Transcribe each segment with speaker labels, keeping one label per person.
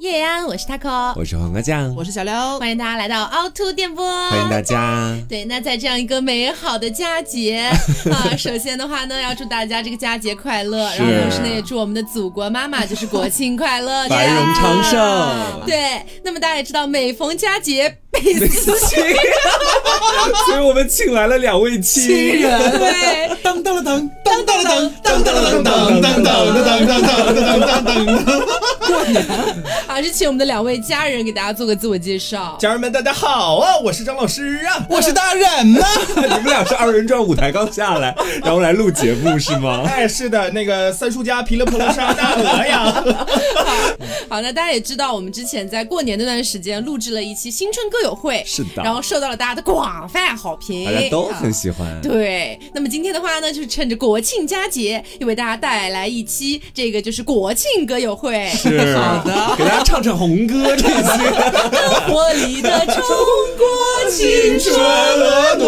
Speaker 1: 叶安，我是 Taco，
Speaker 2: 我是黄瓜酱，
Speaker 3: 我是小刘，
Speaker 1: 欢迎大家来到凹凸电波，
Speaker 2: 欢迎大家。
Speaker 1: 对，那在这样一个美好的佳节 啊，首先的话呢，要祝大家这个佳节快乐，然后
Speaker 2: 是
Speaker 1: 同时呢，也祝我们的祖国妈妈就是国庆快 乐，
Speaker 2: 繁荣昌
Speaker 1: 这样
Speaker 2: 盛
Speaker 1: 对，那么大家也知道，每逢佳节倍思亲，
Speaker 2: 所以我们请来了两位亲人，
Speaker 1: 对，
Speaker 3: 噔噔了噔噔噔了噔
Speaker 4: 噔噔噔噔噔噔噔噔噔噔噔噔噔！
Speaker 1: 还是请我们的两位家人给大家做个自我介 绍。
Speaker 4: 家人们，大家好啊！我是张老师啊，
Speaker 3: 我是大人呢。
Speaker 2: 你们俩是二人转舞台刚下来，然后来录节目是吗？
Speaker 4: 哎，是的，那个三叔家皮勒普勒沙大鹅呀，
Speaker 1: 好，那大家也知道，我们之前在过年那段时间录制了一期新春歌友会，
Speaker 2: 是的
Speaker 1: 然后受到了大家的广泛好评，
Speaker 2: 大家都很
Speaker 1: 啊
Speaker 2: 喜 欢。
Speaker 1: 对，那么今天的话呢，就是趁着国庆佳节，又为大家带来一期这个就是国庆歌友会，
Speaker 2: 是的，给大家唱唱红歌这些。
Speaker 1: 活力的中国青春
Speaker 2: 婀娜，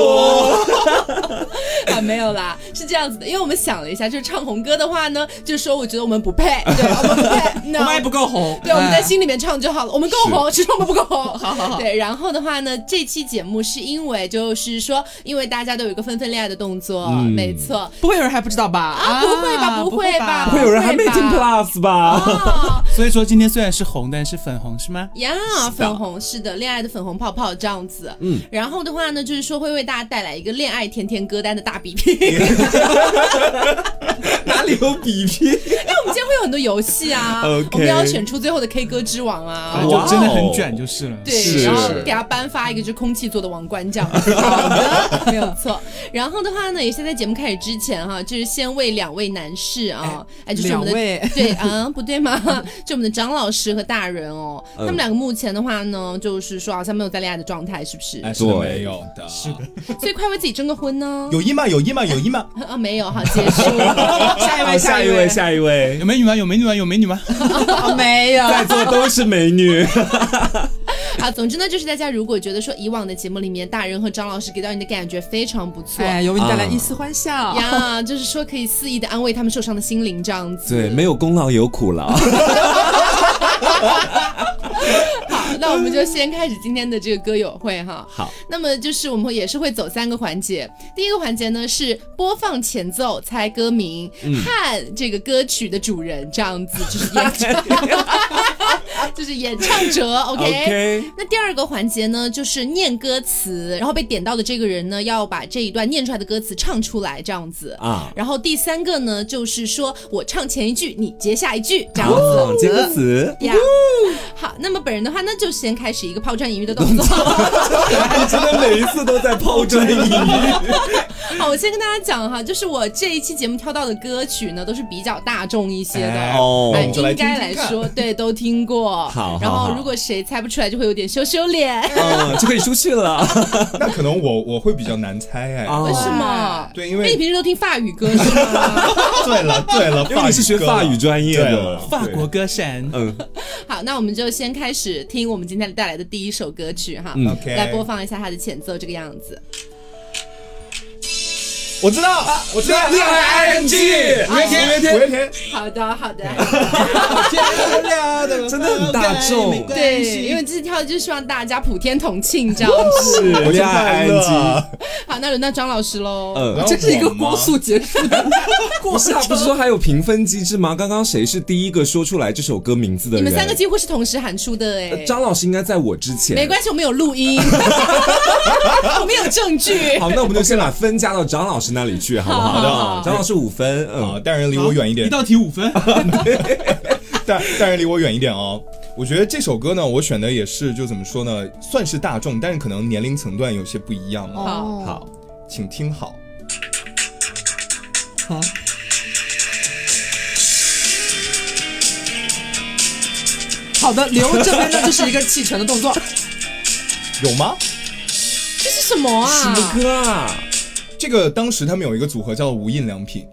Speaker 1: 啊，没有啦，是这样子的，因为我们想了一下，就是唱红歌的话呢，就说我觉得我们不配， 对，我们不 配，那
Speaker 3: 我们还不够红，
Speaker 1: 对，我们在
Speaker 3: 哎
Speaker 1: 心里面唱就好了。我们够红，只是我们不够红。好
Speaker 3: 好好
Speaker 1: 对，然后的话呢，这期节目是因为就是说，因为大家都有一个纷纷恋爱的动作，
Speaker 2: 嗯
Speaker 1: 没 错。
Speaker 3: 不会有人还不知道吧？啊
Speaker 1: 不会吧，
Speaker 3: 不
Speaker 1: 会吧，
Speaker 2: 会有人还没听
Speaker 1: 吧
Speaker 2: Plus 吧？
Speaker 1: 哦
Speaker 3: 所以说今天虽然是红，但是粉红是吗？
Speaker 1: 呀，粉红是的，恋爱的粉红泡泡这样子。嗯，然后的话呢，就是说会为大家带来一个恋爱甜甜歌单的大比拼，因为
Speaker 2: 哪里有比拼？
Speaker 1: 我们今天会有很多游戏啊
Speaker 2: OK
Speaker 1: 我们要选出最后的 K 歌之王啊
Speaker 3: 啊，
Speaker 4: 哦
Speaker 2: 哇
Speaker 3: 就真的很卷就是了。
Speaker 1: 对，
Speaker 2: 是
Speaker 1: 然后给他颁发一个就是空气做的王冠这样子。好的，没有错。然后的话呢，也是在节目开始之前哈、就是先为两位男士啊，哎，就是我们的。
Speaker 3: 两位，
Speaker 1: 对，啊，不对吗？ 就我们的张老师和大人哦，他们两个目前的话呢，就是说好像没有在恋爱的状态，是不是？
Speaker 4: 哎，
Speaker 2: 对
Speaker 4: 有的，是的，
Speaker 1: 所以快为自己征个婚呢？
Speaker 4: 有一吗？有一吗？有一吗？
Speaker 1: 啊，没有，好，结束。
Speaker 3: 下一
Speaker 2: 好，
Speaker 3: 位，
Speaker 2: 下一
Speaker 3: 一
Speaker 2: 位，
Speaker 3: 位，
Speaker 2: 下一位
Speaker 3: 有，美女吗？有美女吗？有美女吗？
Speaker 1: 没有。
Speaker 2: 在座都是美女，
Speaker 1: 啊，总之呢，就是大家如果觉得说以往的节目里面，大人和张老师给到你的感觉非常不错，
Speaker 3: 哎，有为你带来一丝欢笑。
Speaker 1: 呀，就是说可以肆意的安慰他们受伤的心灵这样 子。
Speaker 2: 对，没有功劳有苦劳。
Speaker 1: 好，那我们就先开始今天的这个歌友会哈。
Speaker 2: 好，
Speaker 1: 那么就是我们也是会走三个环节，第一个环节呢是播放前奏猜歌名、和这个歌曲的主人这样子，就是演唱，就是演唱者。OK。
Speaker 2: OK，
Speaker 1: 那第二个环节呢，就是念歌词，然后被点到的这个人呢，要把这一段念出来的歌词唱出来，这样子
Speaker 2: 啊
Speaker 1: 然后第三个呢，就是说我唱前一句，你接下一句，这样子。
Speaker 2: 好，哦这个词
Speaker 1: 呀，好，那么本人的话，那就先开始一个抛砖引玉的动 作。
Speaker 2: 哎你真的每一次都在抛砖引玉。
Speaker 1: 好，我先跟大家讲哈，就是我这一期节目挑到的歌曲呢，都是比较大众一些的。
Speaker 2: 哎哦
Speaker 1: 哎
Speaker 2: 我们
Speaker 4: 就来
Speaker 1: 应
Speaker 4: 听听
Speaker 1: 该来说，对，都听过。
Speaker 2: 好好
Speaker 1: 然后
Speaker 2: 好
Speaker 1: 如果谁猜不出来，就会有点羞羞脸。
Speaker 2: 嗯，就可以出去了。
Speaker 4: 那可能我我会比较难猜哎。
Speaker 2: 哦
Speaker 1: 为什么？
Speaker 4: 对，因
Speaker 1: 因为你
Speaker 4: 为
Speaker 1: 平时都听法语歌是吗？
Speaker 4: 对了对了，
Speaker 2: 因为你是学法语专业
Speaker 4: 对
Speaker 2: 的
Speaker 4: 了，
Speaker 3: 法国歌神，
Speaker 2: 嗯，
Speaker 1: 好，那我们就先开始听我们今天带来的第一首歌曲哈，
Speaker 2: 嗯
Speaker 4: OK
Speaker 1: 来播放一下它的前奏，这个样子。
Speaker 4: 我知道，我知道，
Speaker 2: 恋爱 ING
Speaker 4: 五月天，五月天，
Speaker 1: 好的，好的。
Speaker 4: 漂亮的
Speaker 2: 真的很大众没
Speaker 1: 对，因为这次跳就是希望大家普天同庆这样子。
Speaker 2: 是
Speaker 4: 我
Speaker 2: 恋爱安吉。
Speaker 1: 好，那轮到张老师喽。
Speaker 2: 嗯，
Speaker 4: 这是一个光速
Speaker 3: 结束。
Speaker 2: 不是啊，不是说还有评分机制吗？刚刚谁是第一个说出来这首歌名字的
Speaker 1: 你
Speaker 2: 人？
Speaker 1: 们三个几乎是同时喊出的哎
Speaker 2: 呃。张老师应该在我之前。
Speaker 1: 没 关系，我们有录 音，我们有证据。
Speaker 2: 好，那我们就先把分加到张老师那里去，好不好？
Speaker 1: 好好
Speaker 2: 张老师五分，
Speaker 4: 啊！
Speaker 2: 嗯，
Speaker 4: 但是离我远一点
Speaker 3: 一，道题五 分，
Speaker 4: 但但是离我远一点哦。我觉得这首歌呢，我选的也是就怎么说呢，算是大众，但是可能年龄层段有些不一样嘛。
Speaker 3: 哦
Speaker 1: 好，
Speaker 2: 好，
Speaker 4: 请听好，
Speaker 3: 好，好的，刘这边呢就是一个弃权的动作，
Speaker 4: 有吗？
Speaker 1: 这是什么
Speaker 2: 什么
Speaker 1: 啊？
Speaker 2: 歌啊？
Speaker 4: 这个当时他们有一个组合叫无印良品，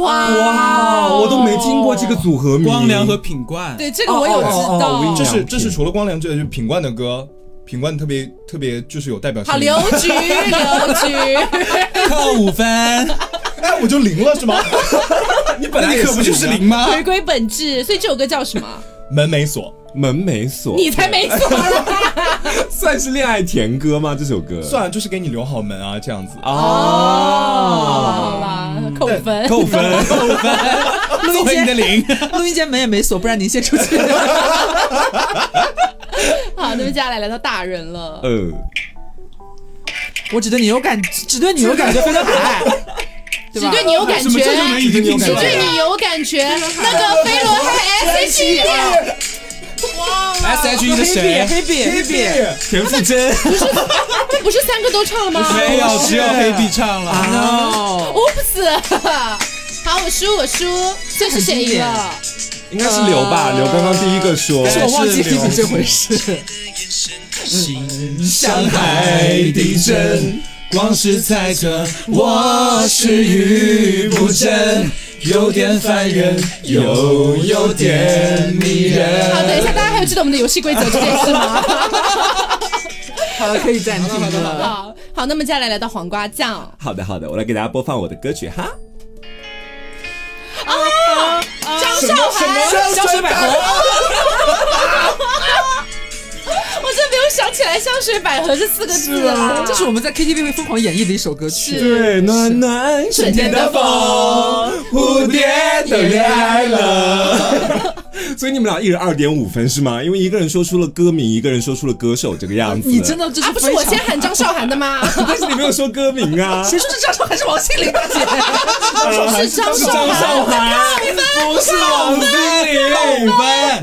Speaker 1: 哇
Speaker 2: 哇，哦我都没听过这个。组合名。
Speaker 3: 光良和品冠，
Speaker 1: 对，这个我有知
Speaker 2: 哦哦哦
Speaker 1: 道
Speaker 2: 无印。
Speaker 4: 这是
Speaker 2: 良品
Speaker 4: 这是除了光良这品冠的歌，品冠特别
Speaker 1: 哦
Speaker 4: 特别就是有代表性。
Speaker 1: 好，刘局，刘局，
Speaker 3: 扣五分，
Speaker 4: 哎，我就零了是吗？
Speaker 2: 你本来也
Speaker 4: 可不就是零吗？
Speaker 1: 回归本质。所以这首歌叫什么？
Speaker 4: 门没锁，
Speaker 2: 门没锁，
Speaker 1: 你才没错啊 啦！
Speaker 2: 算是恋爱甜歌吗？这首歌
Speaker 4: 算了，就是给你留好门啊，这样子。
Speaker 2: 哦，
Speaker 1: 哦好啦，哎扣分。
Speaker 2: 扣分。
Speaker 3: 录音
Speaker 4: 回你的
Speaker 3: 间
Speaker 4: 零，
Speaker 3: 录音间门也没锁，不然您先出去。
Speaker 1: 好，那么接下来来到大人了，
Speaker 2: 呃，
Speaker 3: 我只对你有感，只对你有感觉，分的可爱，
Speaker 1: 只
Speaker 3: 对吧？
Speaker 1: 对哎你有感
Speaker 4: 什么
Speaker 1: 觉，
Speaker 4: 这就能已经听出
Speaker 1: 只
Speaker 4: 来
Speaker 1: 对
Speaker 4: 了？
Speaker 1: 你有感觉。那 个飞轮海 S H E
Speaker 2: ，S H E 的谁？
Speaker 3: 黑笔，黑笔，黑笔。
Speaker 2: 田馥甄。
Speaker 1: 这不是三个都唱了吗
Speaker 2: 没有，只有黑笔唱了。
Speaker 3: No，
Speaker 1: ？Oops！好，我输，我输，这是谁赢了？
Speaker 2: 应该是刘吧，刘刚刚第一个说。
Speaker 3: 是我忘记黑
Speaker 4: 是
Speaker 3: 笔
Speaker 4: 刘
Speaker 3: 这 回事。
Speaker 2: 上海地震，光是猜测，我是遇不真，有点烦人，又有点迷人。
Speaker 1: 好，等一下，大家还有记得我们的游戏规则这件事吗？
Speaker 3: 好了，可以暂停了。
Speaker 1: 好好，那么接下来来到黄瓜酱，
Speaker 2: 好的，好的，我来给大家播放我的歌曲哈。
Speaker 1: 张韶涵，
Speaker 3: 香水百合，
Speaker 1: 我真没有想起来“香水百合”这四个字啊，
Speaker 3: 这是我们在 KTV 会疯狂演绎的一首歌曲。
Speaker 2: 对，暖暖春天的风，蝴蝶都恋爱 了。所以你们俩一人二点五分是吗？因为一个人说出了歌名，一个人说出了歌手这个样子。
Speaker 3: 你真
Speaker 2: 的？
Speaker 3: 的这
Speaker 1: 啊，
Speaker 3: 是
Speaker 1: 不是我先喊张韶涵的吗？
Speaker 2: 但是你没有说歌名啊。
Speaker 3: 谁说是张韶涵是王心凌大啊 姐？
Speaker 1: 是张
Speaker 2: 是
Speaker 1: 韶
Speaker 2: 张韶
Speaker 1: 涵，
Speaker 2: 涵，不是王心凌。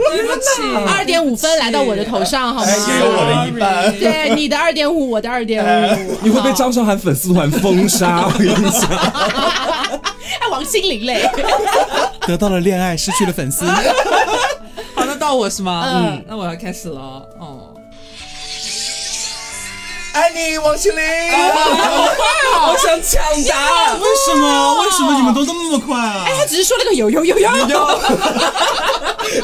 Speaker 3: 对不起，
Speaker 1: 二点五分来到我的头上好吗
Speaker 4: 哎，？也有我的一半。
Speaker 1: 对，你的二点五，我的二点五，
Speaker 2: 你会被张韶涵粉丝团封杀，我跟你讲。
Speaker 1: 哎王心凌嘞，
Speaker 5: 得到了恋爱，失去了粉丝。
Speaker 3: 好，那到我是吗？
Speaker 1: 嗯
Speaker 3: 嗯，那我要开始了哦。哦，
Speaker 4: 爱你，王心凌。
Speaker 1: 啊
Speaker 3: 好想抢答。
Speaker 5: 为什么？为什么你们都那么快啊？
Speaker 1: 他只是说了个有有有有，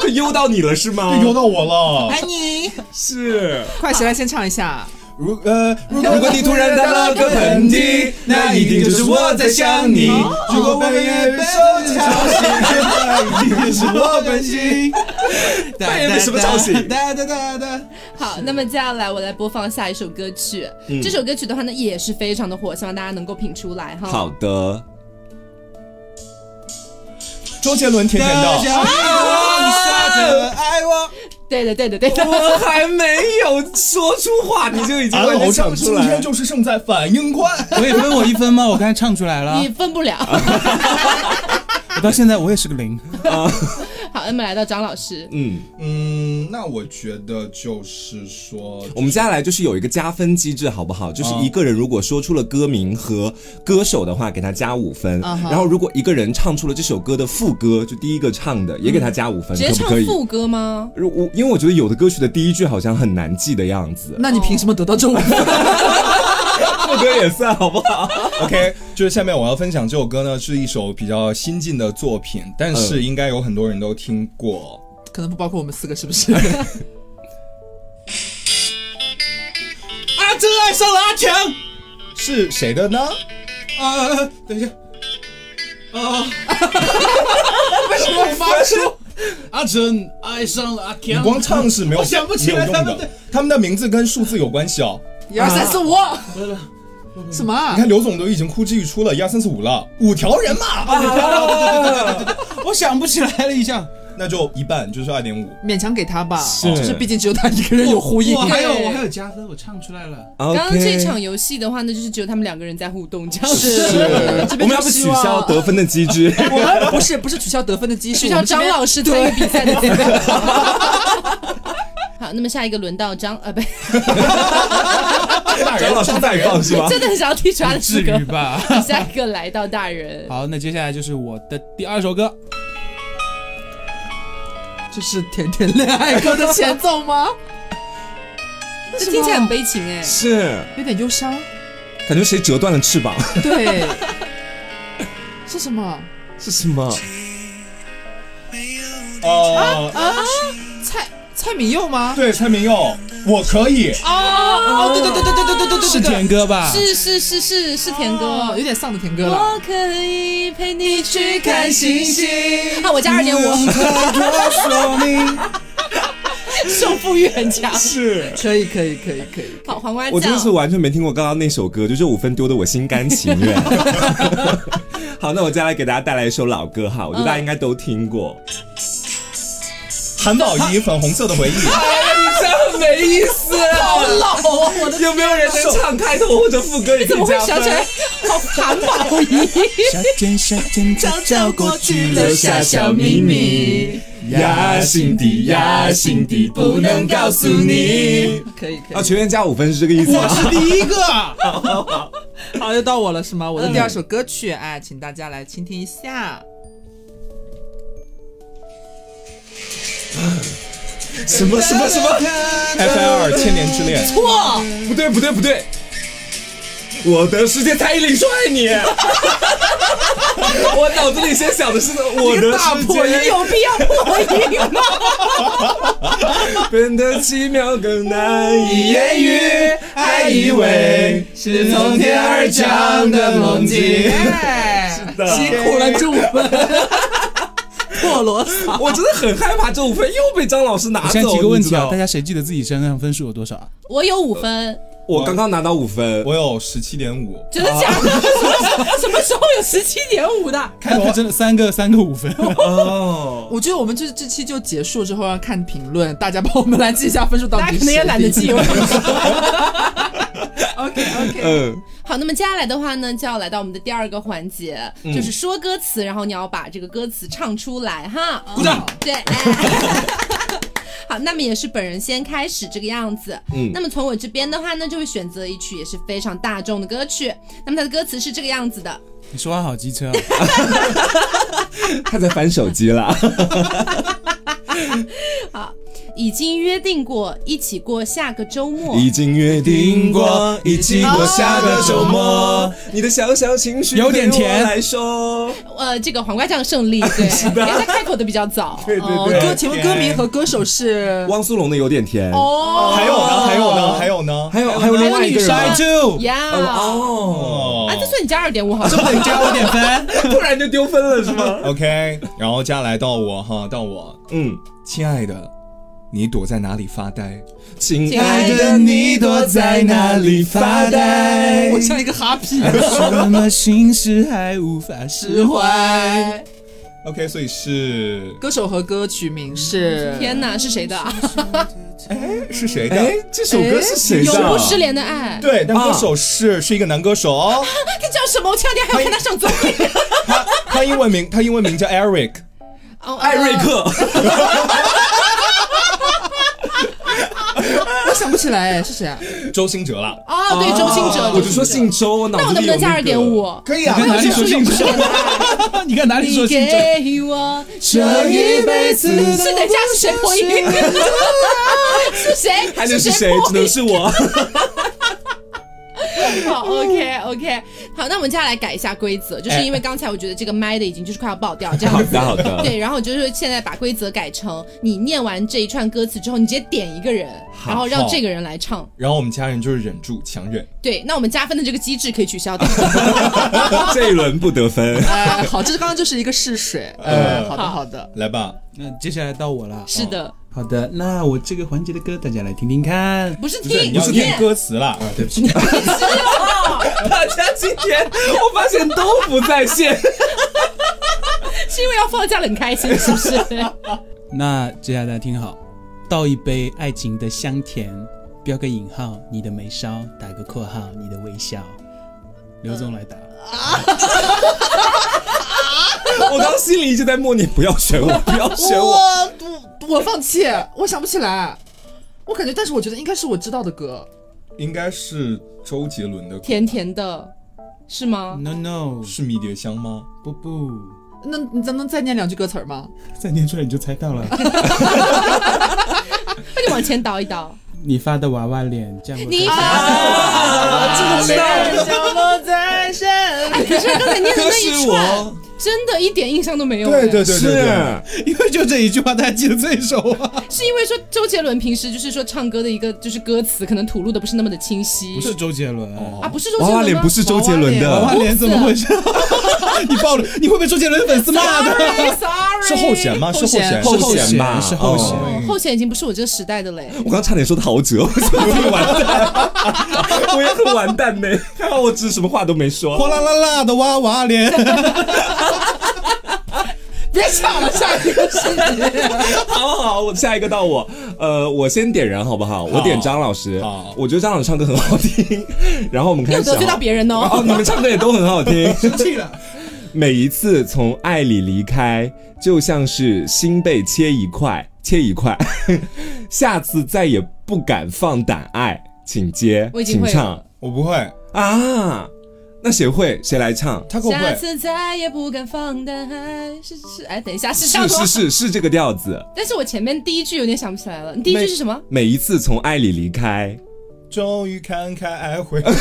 Speaker 2: 就悠到你了是吗？
Speaker 4: 又到我了。
Speaker 3: 爱哎你，
Speaker 2: 是。
Speaker 3: 快，谁来先唱一下？
Speaker 4: 如呃，如
Speaker 2: 如果你突然打了个喷嚏，那一定就是我在想你。如果半夜被手敲醒，那一定是我本心。扮演的什么造型
Speaker 5: 哒哒哒哒哒。
Speaker 1: 好，那么接下来我来播放下一首歌曲。这首歌曲的话呢，也是非常的火，希望大家能够品出来哈。
Speaker 2: 好的，
Speaker 4: 周杰伦甜甜的，
Speaker 5: 你傻
Speaker 3: 啊
Speaker 5: 的爱我。
Speaker 1: 对的，对的，对的。
Speaker 2: 我还没有说出话，你就已经
Speaker 4: 俺
Speaker 2: 把
Speaker 4: 老
Speaker 2: 它
Speaker 4: 丈
Speaker 2: 唱出
Speaker 4: 今
Speaker 2: 来
Speaker 4: 天。就是胜在反应快。
Speaker 5: 可以分我一分吗？我刚才唱出来了
Speaker 1: 你，分不了。
Speaker 5: 我到现在我也是个零。
Speaker 1: 好，那么来到张老师，
Speaker 2: 嗯，
Speaker 4: 嗯，那我觉得就是 说，
Speaker 2: 我们接下来就是有一个加分机制，好不好？就是一个人如果说出了歌名和歌手的话，给他加五分。
Speaker 3: 啊哈
Speaker 2: 然后如果一个人唱出了这首歌的副歌，就第一个唱的，也给他加五分，
Speaker 1: 直接
Speaker 2: 可不
Speaker 1: 唱
Speaker 2: 可以？
Speaker 1: 副歌吗？
Speaker 2: 如我因为我觉得有的歌曲的第一句好像很难记的样子，
Speaker 3: 那你凭什么得到这五分？
Speaker 2: 副歌也算好不好？
Speaker 4: OK，就是下面我要分享这首歌呢，是一首比较新进的作品，但是
Speaker 5: 嗯
Speaker 4: 应该有很多人都听过。
Speaker 3: 可能不包括我们四个，是 不 是？
Speaker 5: 啊，真爱上了阿强。
Speaker 4: 是谁的呢？
Speaker 5: 啊，等一下。啊！为什么发出？阿珍爱上了阿
Speaker 4: 你
Speaker 5: 强。
Speaker 4: 光唱是没有
Speaker 5: 我想不起来
Speaker 4: 没有用
Speaker 5: 他们的
Speaker 4: 的。他们的名字跟数字有关系哦。
Speaker 3: 一二三四五，
Speaker 1: 啊
Speaker 3: 什么啊
Speaker 4: 你？看刘总都已经呼之欲出了，一二三四五了，五条人嘛，
Speaker 5: 我想不起来了，一下。
Speaker 4: 那就一半，就是二点五。
Speaker 3: 勉强给他吧，
Speaker 2: 是
Speaker 3: 就是毕竟只有他一个人有呼应
Speaker 5: 我。还有
Speaker 1: 对
Speaker 5: 我还有加分，我唱出来了。
Speaker 2: 刚
Speaker 1: 刚刚这场游戏的话呢，就是只有他们两个人在互动，这样
Speaker 3: 是
Speaker 1: 子。
Speaker 3: 这
Speaker 2: 我
Speaker 3: 边就
Speaker 2: 们要不取
Speaker 3: 希望
Speaker 2: 消得分的机制？
Speaker 3: 我们不是不是取消得分的机制，
Speaker 1: 取消张老
Speaker 3: 师。
Speaker 1: 师参与比赛的资格。 好，那么下一个轮到张呃，不，
Speaker 2: 张老师再放是 吧？
Speaker 1: 真的很想要踢出他的
Speaker 5: 至
Speaker 1: 资格
Speaker 5: 于。吧？
Speaker 1: 下一个来到大人，
Speaker 5: 好，那接下来就是我的第二首歌。
Speaker 3: 这是甜甜恋爱歌的前奏 吗？
Speaker 1: 这听起来很悲情哎。
Speaker 2: 是，
Speaker 3: 有点忧伤。
Speaker 2: 感觉谁折断了翅膀？
Speaker 3: 对，是什么？
Speaker 2: 是什么？
Speaker 4: 呃，
Speaker 5: 啊
Speaker 3: 蔡蔡明佑吗？
Speaker 4: 对，蔡明佑，我可以，
Speaker 1: 啊
Speaker 3: 哦，对对对对对对对对，
Speaker 5: 是田哥吧？
Speaker 1: 是是是是是田
Speaker 3: 哦，
Speaker 1: 哥
Speaker 3: 有。点丧的田哥了。
Speaker 1: 我可以陪你去看星星。
Speaker 3: 星，
Speaker 1: 啊，我加二点五，
Speaker 4: 说明
Speaker 1: 胜负欲很强。
Speaker 4: 是
Speaker 3: 可以可以可以可以。
Speaker 1: 好，黄瓜
Speaker 2: 我真的是
Speaker 1: 酱。
Speaker 2: 完全没听过刚刚那首歌，就是五分丢的我心甘情愿。 好，那我接下来给大家带来一首老歌哈，我觉得大家应该都听过。
Speaker 4: 韩宝仪《粉红色的回忆》。
Speaker 3: 真没意思，好老啊！我的
Speaker 2: 有没有人能唱开头或者副歌？你
Speaker 1: 怎么会想起来？好韩宝仪？
Speaker 4: 小娟，小娟，悄
Speaker 1: 悄过去
Speaker 4: 了。
Speaker 1: 留下小秘密。
Speaker 2: 压心底，压心底，不能告诉你。
Speaker 3: 可以可
Speaker 2: 啊，
Speaker 3: 以。
Speaker 2: 全员加五分是这个意思吗？
Speaker 5: 第一个啊，
Speaker 3: 好，又啊到我了是吗？我的第二首歌曲，哎，请大家来倾听一下。
Speaker 2: 什么什么什么？
Speaker 4: F L 二《千年之恋》。
Speaker 1: 哇，
Speaker 2: 不对不对不对！我的世界蔡依林说爱你。我脑子里先想的是我的世界
Speaker 1: 有必要破音吗？
Speaker 2: 变得奇妙更难以言喻，还以为
Speaker 3: 是
Speaker 2: 从天而降的梦境
Speaker 3: 哎，
Speaker 2: 的
Speaker 3: 辛苦了，祝分。破锣嗓，
Speaker 2: 我真的很害怕这五分又被张老师拿
Speaker 5: 我
Speaker 2: 走。
Speaker 5: 现在提个问题啊，
Speaker 2: 你
Speaker 5: 大
Speaker 2: 知道
Speaker 5: 家谁记得自己身上分数有多少啊？
Speaker 1: 我有五分，
Speaker 2: 我刚刚拿到五分，
Speaker 4: 我有十七点五，
Speaker 1: 真的假的？什么时候有十七点五的？
Speaker 5: 看来真的三个三个五分，
Speaker 2: 哦，
Speaker 3: 我觉得我们这这期就结束之后要看评论，大家帮我们来记一下分数到底
Speaker 1: 大家
Speaker 3: 是
Speaker 1: 可能
Speaker 3: 谁
Speaker 1: 也懒得记。
Speaker 3: 第一
Speaker 1: 我
Speaker 3: 名
Speaker 1: OK OK。
Speaker 2: 嗯，
Speaker 1: 好，那么接下来的话呢，就要来到我们的第二个环节，
Speaker 2: 嗯
Speaker 1: 就是说歌词，然后你要把这个歌词唱出来哈。
Speaker 2: 嗯
Speaker 3: 鼓掌。
Speaker 1: 对。哎 好，那么也是本人先开始这个样子。
Speaker 2: 嗯
Speaker 1: 那么从我这边的话呢，就会选择一曲也是非常大众的歌曲。那么它的歌词是这个样子的：
Speaker 5: 你说话好机车哦，
Speaker 2: 他在翻手机 啦。
Speaker 1: 已经约定过一起过下个周末。
Speaker 2: 已经约定过，一起过下个周末。你的小小情绪
Speaker 5: 哦有点甜
Speaker 2: 对我来说，
Speaker 1: 呃，这个黄瓜酱胜 利，对，因为他开口的比较早。
Speaker 2: 对对
Speaker 3: 哦，
Speaker 2: 对。
Speaker 3: 歌，请问歌名和歌手是？
Speaker 2: 汪苏泷的有点甜，
Speaker 1: 哦，
Speaker 4: 还有呢，还有呢，还有呢，
Speaker 2: 还有还有另外一个人
Speaker 1: 还有
Speaker 5: 摔
Speaker 1: 女
Speaker 2: 吗
Speaker 1: 生
Speaker 5: 住，
Speaker 1: 呀，
Speaker 2: 哦，
Speaker 4: 哦
Speaker 1: 啊，这算你加二点五，好像
Speaker 5: 对，加我点分。
Speaker 2: 突然就丢分了是吗？
Speaker 4: OK，然后接下来到我哈，到我，
Speaker 2: 嗯，
Speaker 4: 亲爱的，你躲在哪里发呆？
Speaker 2: 亲
Speaker 1: 爱
Speaker 2: 爱
Speaker 1: 的
Speaker 2: 的
Speaker 5: 你
Speaker 2: 你
Speaker 5: 躲
Speaker 2: 躲
Speaker 5: 在
Speaker 2: 在
Speaker 5: 哪
Speaker 2: 哪
Speaker 5: 里
Speaker 2: 里
Speaker 5: 发
Speaker 2: 发
Speaker 5: 呆
Speaker 2: 呆？
Speaker 3: 我像一个哈皮。
Speaker 5: 什么心事还无法释怀？
Speaker 4: OK，所以是
Speaker 3: 歌手和歌曲名是？
Speaker 1: 天哪，是谁的啊？
Speaker 4: 是谁的？
Speaker 2: 哎，这首歌哎是谁
Speaker 1: 永不
Speaker 2: 的？
Speaker 1: 失联的爱，
Speaker 4: 对，但歌手
Speaker 2: 啊
Speaker 4: 是、是一个男 歌手哦，
Speaker 1: 他叫什么？我前两天还要看他上综艺。
Speaker 4: 他他英文名他英文名叫 Eric，
Speaker 1: 哦
Speaker 2: 艾瑞，克，
Speaker 3: 我想不起来，是谁啊？
Speaker 4: 周兴哲啦。
Speaker 1: 呃哦，对，周兴哲，
Speaker 2: 啊我就说姓周，我脑
Speaker 1: 那我
Speaker 2: 子
Speaker 1: 能
Speaker 2: 里
Speaker 1: 不
Speaker 2: 有
Speaker 1: 能加二点
Speaker 2: 那个
Speaker 1: 五？
Speaker 4: 可以啊
Speaker 5: 你看哪里说姓周？ 你看哪里说
Speaker 1: 你
Speaker 5: 姓周？
Speaker 1: 给我
Speaker 5: 这一辈子都
Speaker 1: 是等一下是谁破 音？是谁？
Speaker 2: 还能是谁？
Speaker 1: 破
Speaker 2: 只能是我。
Speaker 1: 好，OK OK，好，那我们接下来改一下规则，就是因为刚才我觉得这个麦的已经就是快要爆掉这样子。
Speaker 2: 哎好的
Speaker 1: 对，然后就是现在把规则改成，你念完这一串歌词之后，你直接点一个人，然后让这个人来唱。
Speaker 4: 然后我们家人就是忍住强忍，
Speaker 1: 对，那我们加分的这个机制可以取消掉。
Speaker 2: 这一轮不得分。
Speaker 3: 哎，好，这刚刚就是一个试水。哎，好的，
Speaker 1: 好
Speaker 3: 好的。
Speaker 4: 来吧，
Speaker 5: 那接下来到我了。哦
Speaker 1: 是的，
Speaker 5: 好的，那我这个环节的歌，大家来听听看。
Speaker 1: 不是
Speaker 4: 不是
Speaker 1: 听，
Speaker 4: 你要
Speaker 1: 念
Speaker 4: 念歌词啦啊，对不起，
Speaker 2: 大家今天我发现都不在 线。
Speaker 1: 是因为要放假了很开心，是不是？
Speaker 5: 那接下来大家听好，倒一杯爱情的香甜，标个引号，你的眉梢，打个括号，你的微笑。刘总来打，
Speaker 2: 我刚心里一直在默念，不要选我，不要选我。
Speaker 3: 我我我放弃，我想不起来。我感觉，但是我觉得应该是我知道的歌。
Speaker 4: 应该是周杰伦的歌，
Speaker 1: 甜甜的，是吗？
Speaker 5: No no，
Speaker 4: 是迷迭香吗？
Speaker 5: 不不，
Speaker 3: 那你咱能再念两句歌词儿吗？
Speaker 5: 再念出来你就猜到了。
Speaker 1: 那就往前倒一倒。
Speaker 5: 你发的娃娃脸，这样我
Speaker 1: 你
Speaker 5: 看
Speaker 1: 啊，
Speaker 3: 我知道，角落在身。
Speaker 1: 可是刚才念的
Speaker 2: 可
Speaker 1: 那一
Speaker 2: 是
Speaker 1: 串，
Speaker 2: 我
Speaker 1: 真的一点印象都没有哎。
Speaker 4: 对对对对对，
Speaker 2: 是
Speaker 5: 因为就这一句话，大家记得最熟啊。
Speaker 1: 是因为说周杰伦平时就是说唱歌的一个就是歌词可能吐露的不是那么的清晰
Speaker 5: 不是周杰伦，
Speaker 1: 啊，不是周杰
Speaker 2: 娃
Speaker 1: 伦吗
Speaker 2: 娃脸不是周杰伦
Speaker 5: 娃
Speaker 2: 的，
Speaker 4: 哦
Speaker 5: 娃脸怎
Speaker 4: 啊
Speaker 5: 么回事？ 你暴露，你会被周杰伦的粉丝骂的。
Speaker 1: Sorry，Sorry，
Speaker 4: 是后弦吗？是后啊弦，
Speaker 2: 后
Speaker 5: 弦
Speaker 2: 弦吧，
Speaker 5: 是后弦
Speaker 2: 哦
Speaker 1: 哦后弦已经不是我这个时代的嘞。
Speaker 2: 我刚差点说陶喆，我怎么会完 蛋？我也很完蛋呢，还好我只是什么话都没
Speaker 5: 火
Speaker 2: 说。
Speaker 5: 辣辣辣的娃娃脸，
Speaker 3: 别抢了，下一个是你。
Speaker 2: 好好好，我下一个到我，呃，我先点燃好不好？我点张老师
Speaker 5: 好，
Speaker 2: 我觉得张老师唱歌很好听，然后我们开
Speaker 1: 又
Speaker 2: 始
Speaker 1: 得罪到
Speaker 2: 好。
Speaker 1: 别人哦。
Speaker 2: 哦，你们唱歌也都很好听。
Speaker 5: 生气了。
Speaker 2: 每一次从爱里离开，就像是心被切一块，切一块， 下次再也不敢放胆爱，请接，
Speaker 1: 我已经
Speaker 2: 请
Speaker 1: 会
Speaker 2: 唱
Speaker 4: 我不会，
Speaker 2: 啊！那谁 会？谁来唱？
Speaker 4: 他够
Speaker 1: 下
Speaker 4: 会。
Speaker 1: 次再也不敢放胆爱，是是，哎，等一下，是这样
Speaker 2: 是
Speaker 1: 吗
Speaker 2: 是是是这个调子。
Speaker 1: 但是我前面第一句有点想不起来了，你第一句是什么？
Speaker 2: 每一次从爱里离开，
Speaker 4: 终于看开爱回，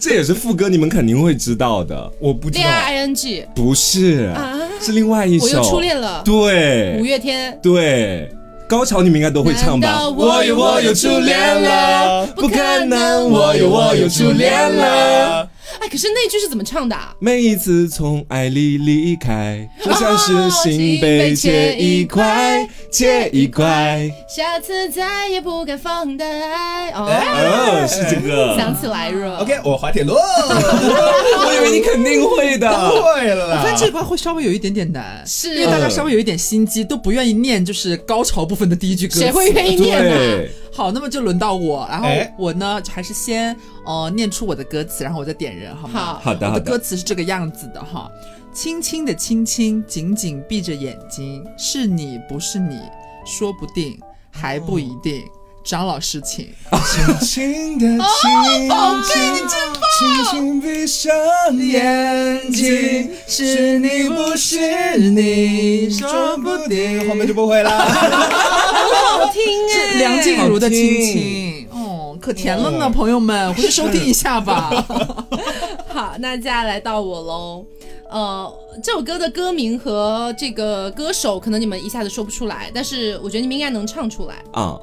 Speaker 2: 这也是副歌，你们肯定会知道的。
Speaker 4: 我不知
Speaker 1: 恋
Speaker 4: 道。
Speaker 1: 爱 ing
Speaker 2: 不是，
Speaker 1: 啊，
Speaker 2: 是另外一首。
Speaker 1: 我又初恋了，五
Speaker 2: 对
Speaker 1: 月天。
Speaker 2: 对，高潮你们应该都会唱
Speaker 1: 难
Speaker 2: 吧？
Speaker 1: 道我有我有初恋了不可能我有我有初恋了。哎，可是那句是怎么唱的、啊？
Speaker 2: 每一次从爱里离开，就像是心被切一块，切一块。
Speaker 1: 下次再也不敢放胆爱。哦，
Speaker 2: 哦，是这
Speaker 1: 想
Speaker 2: 个，
Speaker 1: 起来了。
Speaker 4: OK，我滑铁卢，
Speaker 2: 我以为你肯定会的。
Speaker 4: 会了啦。
Speaker 3: 但这块会稍微有一点点难，
Speaker 1: 是
Speaker 3: 因为大家稍微有一点心机，都不愿意念就是高潮部分的第一句歌词。
Speaker 1: 谁会愿意哎念呢、
Speaker 2: 对，
Speaker 3: 好，那么就轮到我，然后
Speaker 4: 哎
Speaker 3: 我呢还是先呃念出我的歌词，然后我再点人，好吗？
Speaker 1: 好，
Speaker 2: 好的
Speaker 3: 我
Speaker 2: 好
Speaker 3: 的歌
Speaker 2: 的，
Speaker 3: 词是这个样子的哈，轻轻的轻轻，紧紧闭着眼睛，是你不是你，说不定还不一定。张老师，请。
Speaker 4: 轻轻的轻轻，轻轻闭上眼睛，是你不是你，说不定后面就不会啦。
Speaker 1: 好听哎、
Speaker 3: 是梁静茹的《亲亲》，哦，可甜了呢，朋友们，回去收听一下吧。
Speaker 1: 好，那接下来到我喽。呃，这首歌的歌名和这个歌手，可能你们一下子说不出来，但是我觉得你们应该能唱出来。
Speaker 2: 啊，